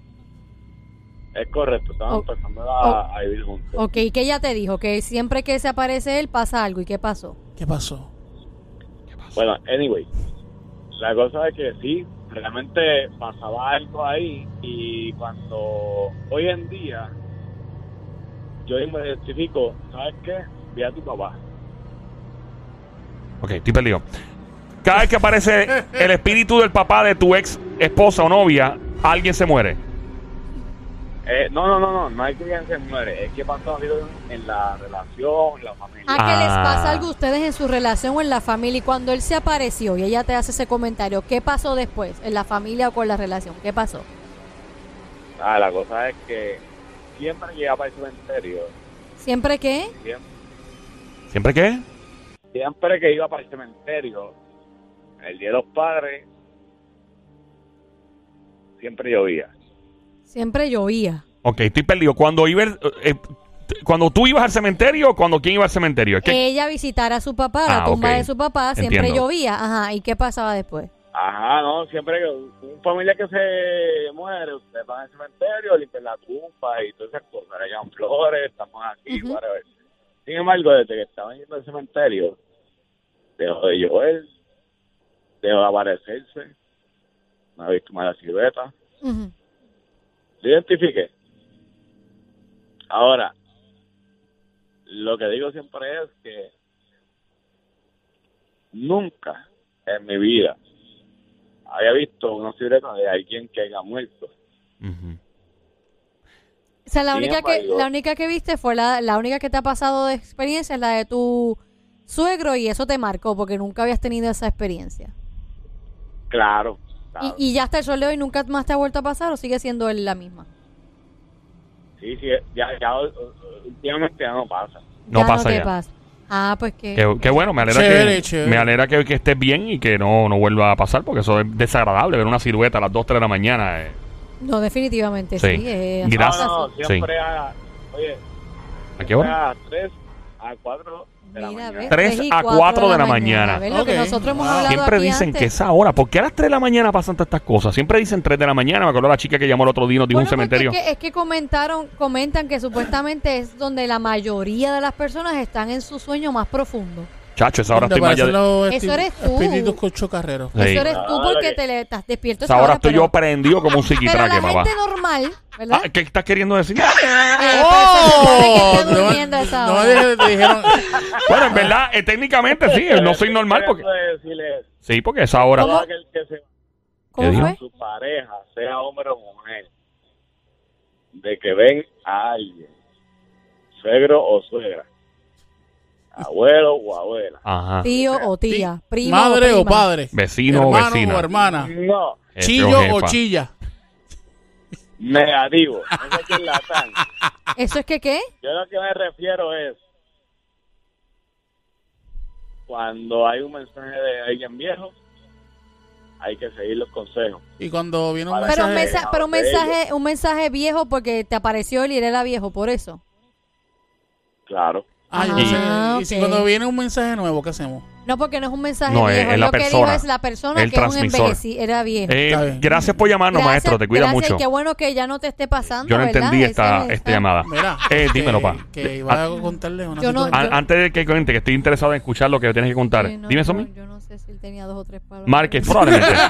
S4: Es correcto, estamos
S3: Oh.
S4: empezando a, a vivir juntos.
S3: Ok, ¿y ¿qué ella te dijo? Que siempre que se aparece él pasa algo. ¿Y qué pasó?
S2: ¿Qué pasó?
S4: Bueno, anyway, la cosa es que sí, realmente pasaba algo ahí y cuando hoy en día yo me identifico, ¿sabes qué? Ve a tu papá.
S1: Ok, estoy perdido. Cada vez que aparece el espíritu del papá de tu ex esposa o novia, alguien se muere.
S4: Eh, no, no, no, no, no hay que que se muere, es que pasó algo en la relación, en la familia.
S3: ¿A qué les
S1: Ah.
S3: pasa algo a ustedes en su relación o en la familia? Y cuando él se apareció y ella te hace ese comentario, ¿qué pasó después? ¿En la familia o con la relación? ¿Qué pasó?
S4: Ah, la cosa es que siempre llegaba al cementerio,
S3: ¿Siempre qué?
S4: siempre.
S1: ¿Siempre qué?
S4: siempre que iba para el cementerio, el día de los padres, siempre llovía.
S3: Siempre llovía.
S1: Ok, estoy perdido. Cuando iba el- eh, t- cuando tú ibas al cementerio o cuando quién iba al cementerio. Es que-
S3: Ella visitara a su papá, la
S1: Ah,
S3: tumba
S1: ok.
S3: de su papá, siempre
S1: Entiendo.
S3: llovía. Ajá, ¿y qué pasaba después?
S4: Ajá, no, siempre que un familia que se muere, ustedes van al cementerio, limpian la tumba y todas esas cosas, le llevan flores, estamos aquí,
S3: Ujú.
S4: whatever. Sin embargo, desde que estaban yendo al cementerio, dejó de llover, dejó de aparecerse, no había visto más la silueta,
S3: Ujú.
S4: lo identifique. Ahora, lo que digo siempre es que nunca en mi vida había visto una silueta de alguien que haya muerto.
S1: Ujú.
S3: O sea, la
S4: Sin
S3: única, que,
S4: embargo-
S3: la única que viste fue la, la única que te ha pasado de experiencia, es la de tu suegro, y eso te marcó porque nunca habías tenido esa experiencia.
S4: Claro.
S3: Y,
S4: claro.
S3: y ya hasta el sol de hoy nunca más te ha vuelto a pasar o sigue siendo él la misma.
S4: Sí, sí, ya, ya últimamente ya no pasa.
S1: No
S3: Ya
S1: pasa
S3: te
S1: ya.
S3: pasa. Ah, pues que.
S1: Qué, qué bueno, me alegra,
S2: Chévere,
S1: que,
S2: chévere.
S1: Me alegra que, que estés bien y que no, no vuelva a pasar, porque eso es desagradable ver una silueta a las 2, 3 de la mañana. eh.
S3: No, definitivamente sí.
S1: Sí.
S3: eh,
S1: Mira- Gracias.
S4: No, no,
S1: Sí.
S4: siempre a... Oye,
S1: ¿A qué hora?
S4: a las 3, a 4 de la
S3: mira,
S4: mañana.
S3: ves,
S1: Tres
S3: tres y
S1: a
S3: cuatro
S1: cuatro de la mañana. Ah.
S3: ¿Ves lo que
S2: Ok.
S3: nosotros hemos
S2: Wow.
S3: hablado
S1: Siempre
S3: aquí
S1: dicen
S3: antes?
S1: que es ahora. ¿Por qué a las 3 de la mañana pasan todas estas cosas? Siempre dicen 3 de la mañana. Me acuerdo la chica que llamó el otro día y nos dijo
S3: Bueno,
S1: un
S3: porque
S1: cementerio.
S3: Es que, es que comentaron, comentan que supuestamente es donde la mayoría de las personas están en su sueño más profundo.
S1: Chacho, esa hora estoy más allá de-
S3: Eso eres tú.
S2: Espíritus cocho carreros.
S1: Sí.
S3: Eso eres tú
S4: Ah,
S3: porque
S4: ok.
S3: te le estás despierto.
S1: Esa
S3: esta
S1: hora
S3: hora,
S1: estoy
S3: pero-
S1: yo prendido como un
S3: Pero
S1: psiquitraque,
S3: la
S1: papá.
S3: gente normal, ¿verdad?
S1: Ah, ¿Qué estás queriendo decir?
S3: Eh,
S1: ¡Oh!
S3: pero
S2: ¡Oh!
S3: se supone que esté
S2: No,
S3: durmiendo a esa
S2: no,
S3: hora.
S2: dije- te dijeron.
S1: bueno, en verdad, eh, técnicamente sí, no soy normal porque...
S4: Decirle
S1: Sí, porque a esa hora...
S3: ¿Cómo?
S4: a aquel que se
S3: ¿Cómo
S1: dijo?
S3: fue?
S4: su pareja, sea hombre o mujer, de que ven a alguien, suegro o suegra, abuelo o abuela.
S1: Ajá.
S3: Tío o tía, primo
S2: Madre o
S3: prima.
S2: padre.
S1: Vecino o
S2: hermano
S1: vecina.
S2: o hermana.
S4: No,
S1: Jefe
S2: Chillo o
S1: jefa.
S2: chilla.
S4: negativo. Ese es el latán.
S3: ¿Eso es que qué?
S4: Yo lo que me refiero es cuando hay un mensaje de alguien viejo, hay que seguir los consejos.
S2: Y cuando viene un
S1: Ah,
S4: Pero
S3: Pero un,
S2: mensaje-
S3: mensaje, pero un
S4: de ellos.
S3: mensaje, un mensaje viejo porque te apareció el y era viejo, por eso.
S4: Claro.
S2: Ah, yo
S1: Ah,
S2: sé. Y si
S3: ok.
S2: cuando viene un mensaje nuevo, ¿qué hacemos?
S3: No, porque no es un mensaje
S1: No, es-
S3: viejo.
S1: es la
S3: lo que
S1: persona,
S3: dijo es la persona
S1: el
S3: que es un
S1: transmisor.
S3: envejecido, era viejo.
S1: Eh,
S2: Está bien.
S1: gracias por llamarnos,
S3: Gracias,
S1: maestro. Te cuida
S3: gracias,
S1: mucho.
S3: y Qué bueno que ya no te esté pasando.
S1: Yo no
S3: ¿verdad?
S1: entendí esta,
S3: Ese es- ah,
S1: esta llamada.
S2: Mira,
S1: Eh, dímelo,
S2: que-
S1: pa.
S2: Que
S1: Eh,
S2: iba a contarle una
S3: Yo no-
S1: An-
S2: situación.
S3: yo-
S1: antes de que cuente, que estoy interesado en escuchar lo que tienes que contar.
S3: Sí, no,
S1: Dime eso,
S3: yo,
S1: mi-
S3: yo no sé si él tenía dos o tres palabras.
S1: Márquez, probablemente. eso,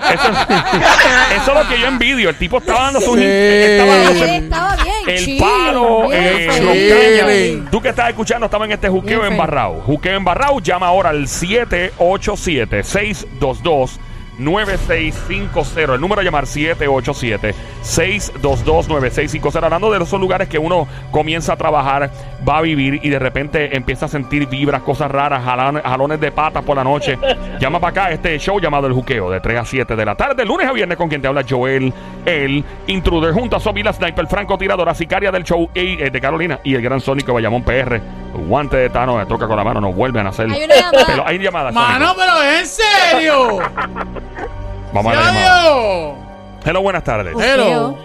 S1: eso es lo que yo envidio. El tipo estaba dando su.
S2: Sí.
S1: estaba
S3: Él
S1: dándose
S3: estaba bien.
S1: el
S3: chill,
S1: palo,
S3: bien
S1: eh,
S3: feliz.
S1: los
S2: feliz.
S1: cañas. Tú que estás escuchando, estamos en este
S3: Bien
S1: juqueo
S3: feliz.
S1: embarrado. Juqueo embarrado, llama ahora al 787-622-9650. El número a llamar 787-622-9650. Hablando de esos lugares que uno comienza a trabajar, va a vivir y de repente empieza a sentir vibras, cosas raras, jalan- jalones de patas por la noche. Llama para acá a este show llamado El Juqueo de 3 a 7 de la tarde, lunes a viernes, con quien te habla Joel, el intruder, junto a Sobi, la sniper, francotiradora, sicaria del show y, eh, de Carolina y el gran Sónico Bayamón PR. Guante de Tano, me toca con la mano, no vuelven a hacer.
S3: Hay una llamada.
S1: Pero hay llamadas.
S2: Mano,
S1: Sónico.
S2: pero ¿es en serio.
S1: Vamos a la llamada.
S2: ¡Adiós!
S1: Hello, buenas tardes.
S3: Juqueo.
S2: Hello.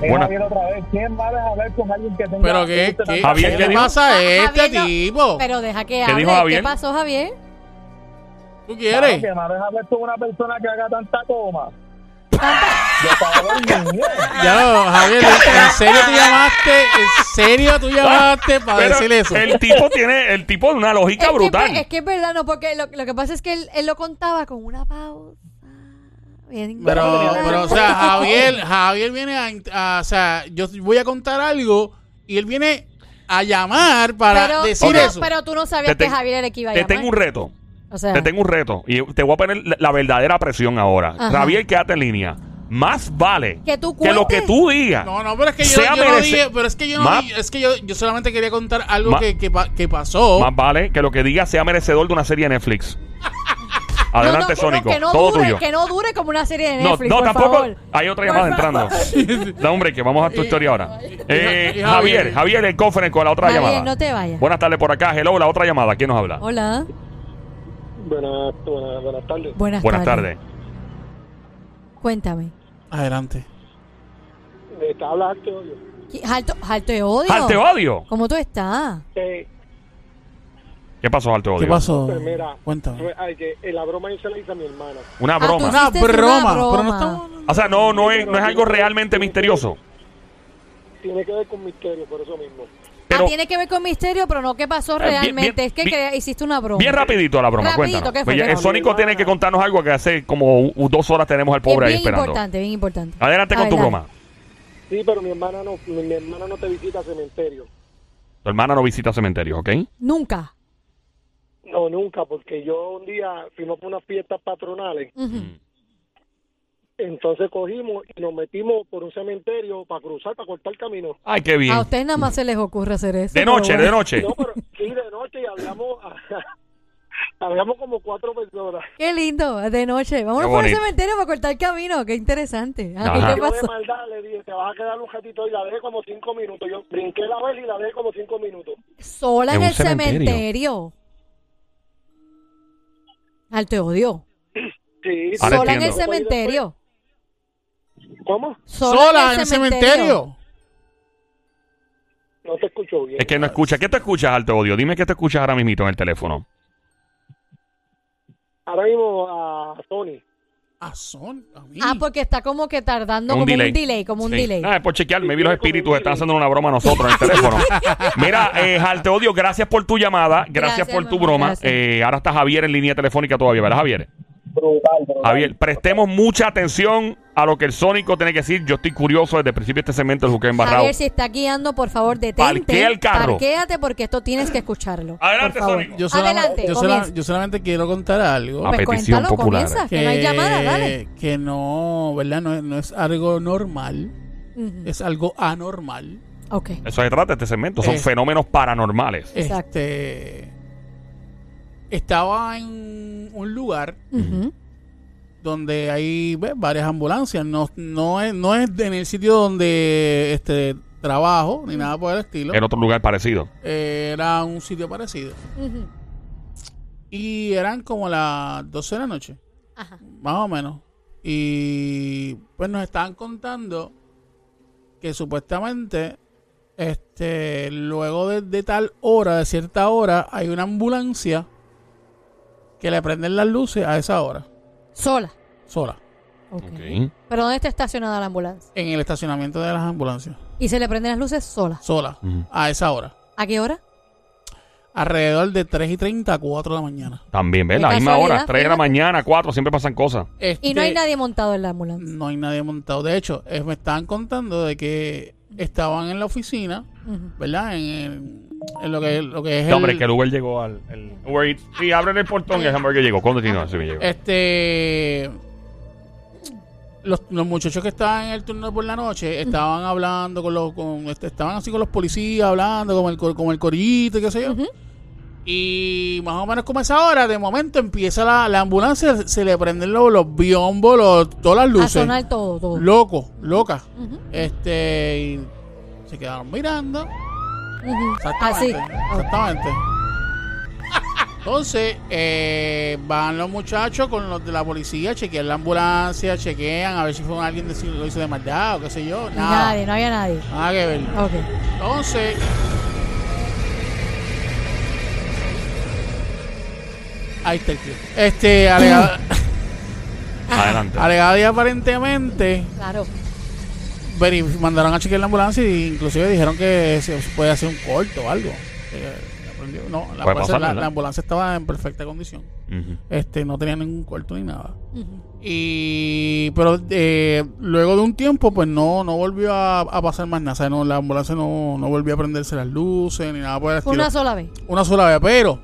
S1: Buena.
S4: Javier, otra vez, ¿quién va a dejar ver con alguien que tenga
S2: Pero qué,
S4: gusto
S2: qué,
S4: tanto?
S1: Javier,
S2: ¿qué
S1: ¿qué
S2: le
S1: dijo?
S2: pasa a
S3: Ah,
S2: este
S3: Javier, no.
S2: tipo?
S3: Pero deja que hable.
S1: dijo Javier?
S3: ¿Qué pasó, Javier?
S2: ¿Tú
S4: Claro,
S2: quieres?
S4: que no deja ver con una persona que haga tanta coma. Yo estaba dormido.
S2: Ya, Javier, ¿en serio tú llamaste? ¿En serio tú llamaste para
S1: Pero
S2: decir eso?
S1: El tipo tiene, el tipo de una lógica
S3: es
S1: brutal.
S3: Que, es que es verdad, no, porque lo, lo que pasa es que él, él lo contaba con una pausa. Bien
S2: Pero,
S3: grande.
S2: pero, o sea, Javier, Javier viene a, int- a- O sea, yo voy a contar algo y él viene a llamar para
S3: Pero-
S2: decir
S3: no,
S2: eso.
S3: Pero tú no sabías
S1: Te te-
S3: que Javier era el que iba a
S1: te
S3: llamar.
S1: tengo un reto.
S3: o sea,
S1: Te tengo un reto y te voy a poner la, la verdadera presión ahora.
S3: Ajá.
S1: Javier, quédate en línea. Más vale
S3: Que tú
S1: lo
S3: cuentes.
S1: que tú digas.
S2: No, no, pero es que yo,
S1: sea
S2: yo no
S1: merece-
S2: dije, pero es que yo no
S1: Ma-
S2: dije- es que yo, yo solamente quería contar algo
S1: Ma-
S2: que, que, pa- que pasó.
S1: Más vale que lo que digas sea merecedor de una serie de Netflix. Adelante,
S3: no, no,
S1: Sónico.
S3: Que no,
S1: Todo
S3: dure,
S1: tuyo.
S3: que no dure como una serie de
S1: No,
S3: Netflix.
S1: no,
S3: por
S1: tampoco.
S3: favor.
S1: Hay otra llamada entrando. Da hombre, que vamos a tu historia ahora. Eh,
S2: y- y
S1: Javier,
S2: Javier.
S1: Javier, el conference con la otra
S3: Javier,
S1: llamada.
S3: no te vayas.
S1: Buenas tardes por acá. Hello, la otra llamada. ¿Quién nos habla?
S3: Hola.
S4: Buenas, buenas, buenas tardes.
S3: Buenas,
S1: Buenas tardes.
S3: Cuéntame.
S2: Adelante.
S4: Te habla Arte Odio.
S3: ¿Qui- Jalto, jalto de odio.
S1: ¡Alte odio!
S3: ¿Cómo tú estás?
S4: Eh,
S1: ¿Qué pasó, Alte odio?
S2: ¿Qué pasó?
S4: pues mira,
S2: Cuéntame.
S4: fue- ay, que, eh, la broma yo se la hice a mi hermana.
S1: Una
S3: Ah, tú
S1: broma.
S3: sí.
S2: Una
S3: Hiciste una
S2: broma,
S3: broma.
S2: pero no estamos...
S1: O sea, no, no, es, no es algo realmente misterioso.
S4: Tiene que ver con misterio, por eso mismo.
S1: Pero- Eh,
S3: ah, tiene que ver con misterio, pero no qué pasó
S1: bien,
S3: realmente.
S1: bien,
S3: es que
S1: bien-
S3: crea- hiciste una broma.
S1: Bien rapidito la broma,
S3: Rapidito,
S1: cuéntanos.
S3: ¿qué fue?
S1: Oye,
S3: ¿Qué
S1: el
S3: fue?
S1: Sónico tiene que contarnos algo que hace como u- dos horas tenemos al
S3: Que es
S1: pobre ahí
S3: bien
S1: esperando.
S3: importante, Ah, bien importante.
S1: Adelante con tu broma.
S4: Sí, pero mi hermana no, mi, mi hermana no te visita al cementerio.
S1: Tu hermana no visita cementerio, ¿ok?
S3: Nunca.
S4: No, nunca, porque yo un día fuimos por unas fiestas patronales,
S3: Ujú.
S4: entonces cogimos y nos metimos por un cementerio para cruzar, para cortar el camino.
S1: Ay, qué bien.
S3: A ustedes nada más se les ocurre hacer eso.
S1: Mm. De
S3: pero
S1: noche,
S3: bueno.
S1: de noche.
S4: No, pero sí, de noche y hablamos, hablamos como cuatro personas.
S3: Qué lindo, de noche. Vámonos
S1: Qué
S3: por el
S1: bonito.
S3: cementerio para cortar el camino. Qué interesante. Ah,
S1: Ajá.
S3: ¿Qué
S4: Yo de
S3: pasó?
S4: maldad le dije, te vas a quedar un ratito y la dejé como cinco minutos. Yo brinqué la vez y la dejé como cinco minutos.
S3: Sola
S1: En
S3: en
S1: un
S3: el cementerio. Al te odio.
S4: Sí,
S1: Ahora
S3: Sola en el
S1: entiendo.
S3: cementerio.
S4: ¿Cómo?
S2: Sola en el cementerio.
S4: No te escucho bien.
S1: Es que no escucha. ¿Qué te escuchas, Alto Odio? Dime qué te escuchas ahora mismito en el teléfono.
S4: Ahora mismo a Sony.
S2: Ah, son. a mí.
S3: Ah, porque está como que tardando como un delay, como un
S1: Sí. Ah,
S3: delay.
S1: Nada, es por chequear, me vi los
S5: Sí, como un
S1: espíritus, están
S5: delay.
S1: haciendo una broma a nosotros en el teléfono. Mira, eh, Jal, te odio, gracias por tu llamada, gracias,
S3: Gracias,
S1: por tu
S3: mamá,
S1: broma.
S3: gracias.
S1: Eh, ahora está Javier en línea telefónica todavía, ¿verdad, Javier?
S4: Brutal, brutal.
S1: Javier, prestemos mucha atención a lo que el Sónico tiene que decir. Yo estoy curioso desde el principio de este segmento del Juqueo Embarrado.
S3: Javier, si está guiando, por favor, detente.
S1: Parquea el carro.
S3: Parquéate porque esto tienes que escucharlo.
S1: Adelante,
S3: por favor.
S1: Sónico.
S2: Yo solam-
S3: Adelante,
S2: yo, solam-
S3: comienza.
S2: yo solamente quiero contar algo.
S1: A
S3: Pues
S1: petición
S3: cuéntalo,
S1: popular.
S3: comienza, que no hay llamada, dale.
S2: que no, ¿verdad? No, es- no es algo normal,
S3: Ujú.
S2: es algo anormal.
S3: Ok.
S1: Eso se trata este segmento, son
S2: Eh.
S1: fenómenos paranormales.
S3: Exacto.
S2: Este, estaba en un lugar
S3: Ujú.
S2: donde hay ve, varias ambulancias. No, no, es, no es de- en el sitio donde este, trabajo
S3: Mm.
S2: ni nada por el estilo. Eh,
S1: En otro lugar parecido.
S2: Era un sitio parecido.
S3: Ujú.
S2: Y eran como las 12 de la noche,
S3: Ajá.
S2: más o menos. Y pues nos estaban contando que supuestamente este luego de, de tal hora, de cierta hora, hay una ambulancia que le prenden las luces a esa hora,
S3: Sola.
S2: sola,
S3: Ok.
S1: Ok.
S3: ¿Pero dónde está estacionada la ambulancia?
S2: en el estacionamiento de las ambulancias,
S3: Y se le prenden las luces sola.
S2: sola,
S1: Ujú.
S2: a esa hora.
S3: ¿A qué hora?
S2: Alrededor de 3 y 30 a 4 de la mañana.
S1: También, ¿ves?
S3: Qué
S1: La misma
S3: casualidad,
S1: hora, 3 de la
S3: fíjate.
S1: mañana, 4, siempre pasan cosas.
S3: Y no hay
S2: Este,
S3: nadie montado en la ambulancia.
S2: No hay nadie montado. De hecho, eh, me estaban contando de que estaban en la oficina,
S3: Ujú.
S2: ¿verdad? En, el- en lo, que, lo que Este es
S1: No, hombre,
S2: el-
S1: que el Uber llegó al. El Uber Eats. Sí, abren el portón y el hamburger llegó. Continúa, sí, me llegó.
S2: este los, los muchachos que estaban en el turno por la noche estaban hablando con los con, este, estaban así con los policías hablando con el cor- con el corillito y qué sé yo
S3: Ujú.
S2: y más o menos como a esa hora de momento empieza la, la ambulancia se, le prenden los, los biombos los- todas las
S3: A
S2: luces
S3: sonar todo, todo.
S2: loco loca
S3: Ujú.
S2: Este, y se quedaron mirando.
S3: Ujú. Así.
S2: Exactamente. Exactamente. Entonces, eh, van los muchachos con los de la policía, chequean la ambulancia, chequean a ver si fue alguien de, si lo hizo de maldad o qué sé yo. Nada.
S3: Nadie, no había nadie.
S2: Nada que ver.
S3: Ok.
S2: Entonces. Ahí está el clip. Este, alega-
S1: Adelante.
S2: alegada y aparentemente.
S3: Claro.
S2: Veri- mandaron a chequear la ambulancia e inclusive dijeron que se puede hacer un corto o algo. Eh, la prendió- no, la,
S1: Puede
S2: ambulancia-
S1: pasar,
S2: la-
S1: ¿verdad?
S2: la ambulancia estaba en perfecta condición.
S1: Ujú.
S3: Eh,
S2: Este, no tenía ningún corto ni nada.
S3: Ujú.
S2: Y pero eh, luego de un tiempo, pues no, no volvió a, a pasar más nada. O sea, no, la ambulancia no, no volvió a prenderse las luces ni nada por el
S3: Fue
S2: estilo.
S3: una sola vez.
S2: Una sola vez, pero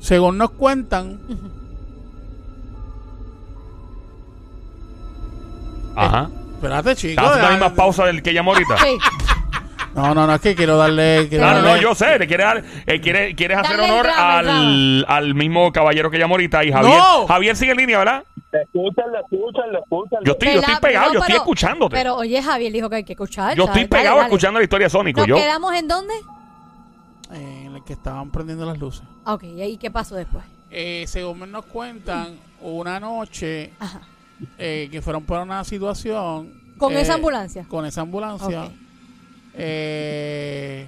S2: según nos cuentan,
S1: Ajá.
S2: espérate, chicos.
S1: Estás haciendo la
S2: ya-
S1: misma pausa del que llamó ahorita.
S3: eh, Sí.
S2: No, no, no, es que quiero darle. quiero
S1: Ah, no, no,
S2: darle-
S1: yo sé, le quieres, dar- eh, quieres, quieres hacer
S3: Dale el
S1: honor
S3: drama, el
S1: al, al mismo caballero que llamó ahorita y Javier.
S2: ¡No!
S1: Javier sigue en línea, ¿verdad?
S4: Escúchalo, escúchalo, escúchalo.
S1: Yo estoy, yo estoy
S3: Pelá,
S1: pegado,
S3: no,
S1: yo estoy
S3: pero-
S1: escuchándote.
S3: Pero oye, Javier dijo que hay que escuchar.
S1: yo
S3: ¿sabes?
S1: estoy
S3: Dale,
S1: pegado
S3: dale.
S1: escuchando la historia de Sónico.
S3: ¿Nos
S1: Yo,
S3: quedamos en dónde?
S2: Eh, en el que estaban prendiendo las luces.
S3: Ah, Ok, ¿y qué pasó después?
S2: Eh, según nos cuentan, una noche
S3: Ajá.
S2: eh, que fueron para una situación.
S3: ¿Con
S2: eh,
S3: esa ambulancia?
S2: Con esa ambulancia.
S3: Ok.
S2: eh,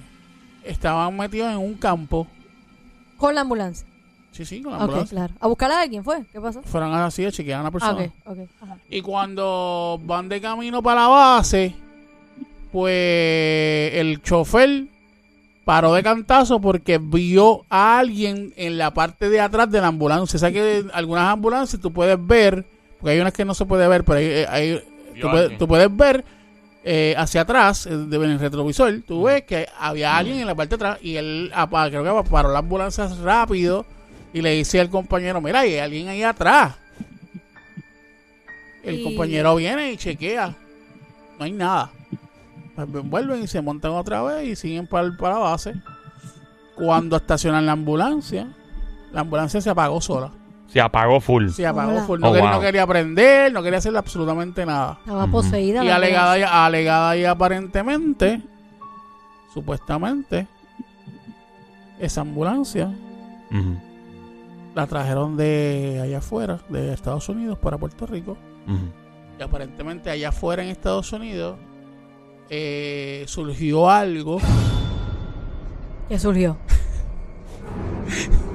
S2: estaban metidos en un campo.
S3: Con la ambulancia.
S2: Sí, sí, con la
S3: Ok,
S2: ambulancia.
S3: claro. ¿A buscar a alguien fue? ¿Qué pasó?
S2: Fueron así a chequear a una
S3: Ah,
S2: persona.
S3: ok, ok. Ajá.
S2: Y cuando van de camino para la base, pues el chofer paró de cantazo porque vio a alguien en la parte de atrás de la ambulancia. O sea que algunas ambulancias tú puedes ver, porque hay unas que no se puede ver, pero hay, eh, hay-
S1: Vio
S2: tú,
S1: a
S2: puedes,
S1: alguien.
S2: tú puedes ver eh, hacia atrás, eh, de- en el retrovisor, tú ves que había alguien en la parte de atrás y él apa- creo que paró la ambulancia rápido y le dice al compañero, mira, hay alguien ahí atrás. El
S3: Y-
S2: compañero viene y chequea. No hay nada. Pues Vuelven y se montan otra vez y siguen para, el- para la base. Cuando estacionan la ambulancia, la ambulancia se apagó sola.
S1: se apagó full.
S2: Se apagó
S3: Hola.
S2: full. No,
S1: Oh,
S2: quería,
S1: wow.
S2: no quería aprender, no quería hacer absolutamente nada.
S3: Estaba
S1: Ujú.
S3: poseída.
S2: Y
S3: la
S2: alegada y, alegada y aparentemente, supuestamente, esa ambulancia
S1: Ujú,
S2: la trajeron de allá afuera, de Estados Unidos para Puerto Rico.
S1: ujú.
S2: Y aparentemente allá afuera en Estados Unidos eh, surgió algo
S3: ambulancia. ¿Qué surgió?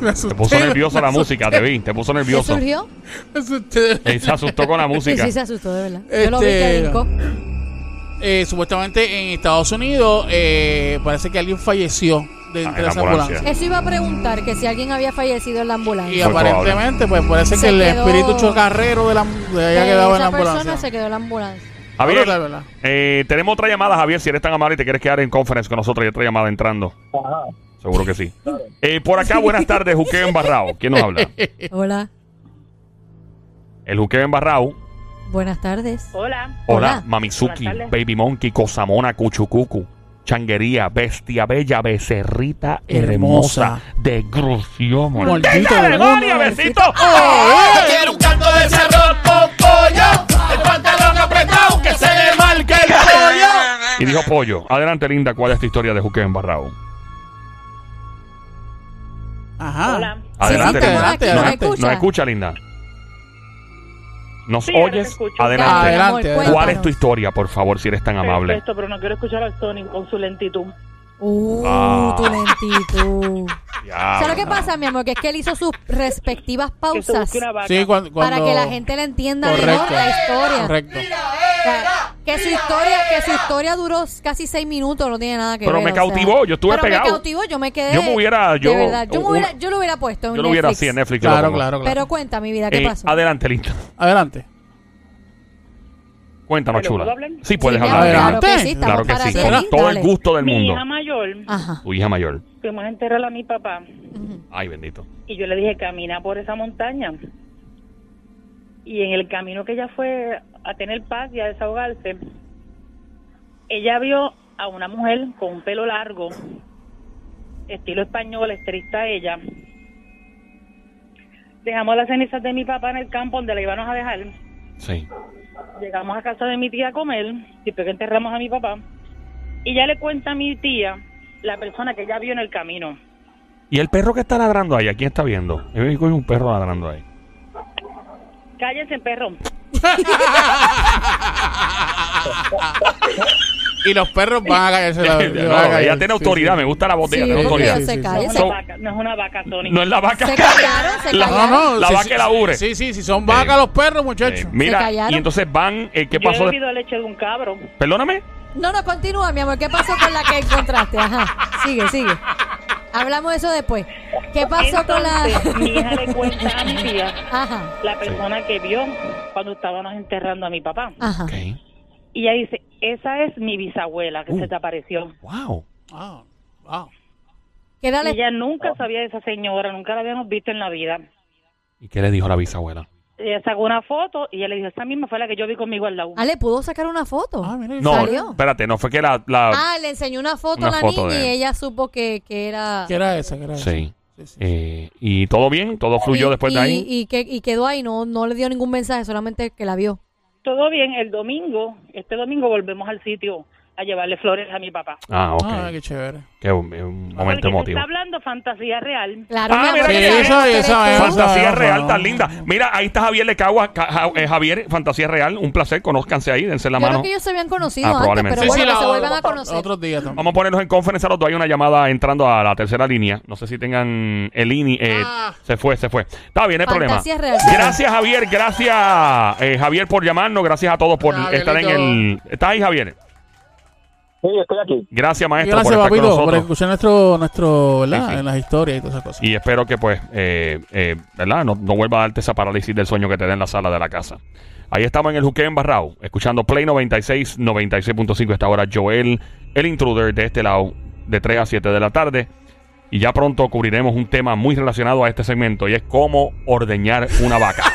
S2: Me
S1: Te
S2: asusté.
S1: puso nerviosa
S2: me
S1: la
S2: asusté,
S1: música, te vi. Te puso
S3: ¿Qué
S1: nervioso.
S3: surgió?
S2: me asusté.
S1: Él se asustó con la
S3: Sí,
S1: música.
S3: sí, se asustó, de verdad. Yo lo vi que
S2: Este-
S3: brincó.
S2: Eh, supuestamente en Estados Unidos eh, parece que alguien falleció
S1: Ah,
S2: de entre
S1: en
S2: esa
S1: ambulancia.
S2: ambulancia.
S3: Eso iba a preguntar que si alguien había fallecido en la
S2: Y
S3: ambulancia.
S1: Muy
S2: aparentemente, pues parece
S3: Se
S2: que el
S3: quedó-
S2: espíritu chocarrero de la de haya
S3: Que
S2: quedado en la
S3: esa persona
S2: ambulancia.
S3: se quedó en la ambulancia.
S1: Javier,
S2: Ahora, la verdad.
S1: eh, tenemos otra llamada, Javier. Si eres tan amable y te quieres quedar en conference con nosotros, hay otra llamada entrando.
S4: Ajá.
S1: Seguro que sí. Eh, por acá, buenas tardes, Juqueo Embarrao. ¿Quién nos habla?
S3: Hola,
S1: El Juqueo Embarrao.
S3: buenas tardes.
S6: Hola.
S1: Hola,
S3: Hola.
S1: Mamizuki,
S6: Buenas tardes.
S1: Baby Monkey, Cosamona, Cuchucucu, Changuería, Bestia Bella, Becerrita Hermosa,
S2: Hermosa.
S1: de Grusión.
S2: Maldita
S1: ¡Tenga
S2: demonio,
S1: memoria, besito!
S3: Oh,
S1: Oh.
S3: eh.
S7: Quiero un canto de cerro con pollo. El pantalón apretado que se le marque el pollo.
S1: Y dijo Pollo. Adelante, linda, ¿cuál es tu historia de Juque Embarrao?
S2: Ajá.
S6: Hola.
S1: Adelante,
S2: sí,
S1: linda.
S2: adelante,
S1: Nos-
S2: adelante.
S1: Nos, escucha, linda. ¿Nos
S6: Sí, ahora te
S1: oyes?
S6: escucho.
S1: Adelante.
S2: Adelante,
S1: ¿Cuál es tu historia, por favor, si eres tan amable?
S6: Perfecto, pero no quiero escuchar al Sony con su lentitud.
S3: Uh,
S1: Ah.
S3: tu lentitud.
S1: Ya,
S2: Ah.
S3: ¿Sabes lo que
S1: ¿verdad?
S3: pasa, mi amor? Que es que él hizo sus respectivas
S6: Que se
S3: pausas
S6: busque una vaca.
S2: Sí, cuan- cuando,
S3: para que la gente le entienda mejor
S2: Correcto.
S3: la historia.
S2: Correcto.
S3: O sea, que su historia, que su historia duró casi seis minutos, no tiene nada que
S1: Pero
S3: ver.
S1: me
S3: o sea.
S1: cautivó, yo estuve
S3: pero
S1: pegado.
S3: me cautivó, yo me quedé.
S1: Yo me hubiera- yo-
S3: de verdad, yo, me
S1: un-
S3: hubiera- yo lo hubiera puesto en
S1: Yo lo hubiera
S3: Netflix.
S1: así en Netflix. yo lo
S2: Claro,
S1: pongo.
S2: claro, claro.
S3: Pero cuenta mi vida, ¿qué
S1: Eh,
S3: pasó?
S1: adelante, linda.
S2: Adelante.
S1: Cuéntanos,
S6: ¿Pero
S1: chula.
S6: puedo hablar?
S1: Sí, puedes
S3: Sí, mi
S1: hablar.
S3: amor,
S1: linda.
S3: Claro que
S2: Adelante.
S3: sí, estamos
S1: Claro que
S3: para
S1: sí,
S3: ti.
S1: con todo el
S3: Dale.
S1: gusto del
S6: Mi
S1: mundo.
S6: hija mayor,
S3: Ajá.
S1: Tu hija mayor.
S6: fuimos a enterrar a mi papá
S3: Ujú.
S1: Ay, bendito.
S6: y yo le dije, camina por esa montaña. Y en el camino que ella fue a tener paz y a desahogarse, ella vio a una mujer con un pelo largo, estilo español, estricta ella. Dejamos las cenizas de mi papá en el campo donde la íbamos a dejar.
S1: Sí.
S6: Llegamos a casa de mi tía a comer, después que enterramos a mi papá, y ya le cuenta a mi tía la persona que ella vio en el camino.
S1: ¿Y el perro que está ladrando ahí? ¿A quién está viendo? Yo vi que hay un perro ladrando ahí.
S6: Cállense, perro.
S2: Y los perros van a caerse. la-
S1: No,
S2: le van a caer,
S1: ella tiene
S2: sí,
S1: autoridad,
S2: sí.
S1: me gusta la voz de ella,
S3: Sí,
S1: tiene
S2: sí,
S1: autoridad.
S2: sí,
S3: se
S2: sí,
S6: No
S3: calla,
S6: es
S3: se-
S6: una vaca, no es una vaca, Tony.
S1: No es la vaca.
S3: Se callaron, se
S1: La-
S2: No,
S3: callaron.
S2: no.
S1: La
S2: sí,
S1: vaca
S2: sí,
S1: que labure.
S2: Sí, sí, sí, son vacas
S1: Eh.
S2: los perros,
S1: Eh,
S2: muchachos.
S1: mira,
S3: callaron.
S1: y entonces van, eh, ¿qué
S6: Yo
S1: pasó?
S6: he
S1: de-
S6: bebido leche de un cabro.
S1: Perdóname.
S3: No, no, continúa, mi amor. ¿Qué pasó con la que encontraste? Ajá. Sigue, sigue. Hablamos de eso después. ¿Qué pasó con
S6: Entonces, mi hija
S3: la.?
S6: le cuenta a mi tía
S3: Ajá,
S6: la persona que vio cuando estábamos enterrando a mi papá.
S3: ajá.
S1: Ok.
S6: Y ella dice, esa es mi bisabuela que
S1: Uh.
S6: se te apareció.
S1: Wow.
S2: Ah, ah.
S3: ¿Qué
S6: Y
S3: dale? Oh.
S6: ella nunca sabía de esa señora, nunca la habíamos visto en la vida.
S1: ¿Y qué le dijo la bisabuela?
S6: Ella sacó una foto y ella le dijo, esa misma fue la que yo vi conmigo al lado.
S3: Ah, ¿le pudo sacar una foto?
S2: Ah, mira,
S1: No,
S3: ¿Salió?
S1: espérate, no fue que la... la-
S3: Ah, le enseñó una foto a
S1: Una
S3: la
S1: foto
S3: niña
S1: de-
S3: y ella supo que, que era...
S2: ¿Qué era esa? ¿Qué era esa?
S1: sí.
S2: Sí, sí.
S1: Eh, ¿Y todo bien? ¿Todo fluyó
S3: y-
S1: después de
S3: y-
S1: ahí?
S3: Y, que, y quedó ahí, no, no le dio ningún mensaje, solamente que la vio.
S6: Todo bien, el domingo, este domingo volvemos al sitio a llevarle flores a mi papá.
S1: Ah, ok.
S2: Ah, qué chévere.
S1: Qué un, un momento
S6: Porque se
S1: emotivo.
S6: está hablando fantasía real.
S3: Claro,
S1: Ah,
S3: mi
S1: mira
S3: amor,
S1: que sí,
S3: que sabemos
S2: esa-
S3: que eres
S2: esa
S3: tú.
S2: es.
S1: Fantasía
S2: no,
S1: real,
S2: no,
S1: tan
S2: no.
S1: linda. Mira, ahí está Javier Lecagua. Ca- Ja- eh, Javier, Fantasía Real, un placer. Conózcanse ahí, dense la
S3: Yo
S1: mano.
S3: creo que ellos se habían conocido
S1: Ah,
S3: antes,
S1: probablemente.
S3: pero
S1: Sí,
S3: bueno, que
S2: la-
S3: se vuelvan a conocer.
S2: Otros días también.
S1: Vamos a ponernos en conferencia los dos. Hay una llamada entrando a la tercera línea. No sé si tengan el INI. eh,
S2: Ah.
S1: Se fue, se fue. Está bien, no hay problema.
S3: Fantasía real.
S1: Gracias, Javier. Gracias, eh, Javier, por llamarnos. Gracias a todos por
S2: Javierito.
S1: estar en el. ¿Estás ahí, Javier?
S4: Sí, estoy aquí.
S1: Gracias, maestro,
S2: Gracias,
S1: por estar con
S2: papito, por
S1: nosotros.
S2: escuchar nuestro, nuestro ¿verdad?
S1: Sí, sí.
S2: En las historias y todas esas cosas.
S1: Y espero que, pues, eh, eh, ¿verdad? No, no vuelva a darte esa parálisis del sueño que te da en la sala de la casa. Ahí estamos en el Juque Embarrao, escuchando Play 96, 96.5. Esta hora, Joel, el intruder de este lado, de 3 a 7 de la tarde. Y ya pronto cubriremos un tema muy relacionado a este segmento y es cómo ordeñar una vaca.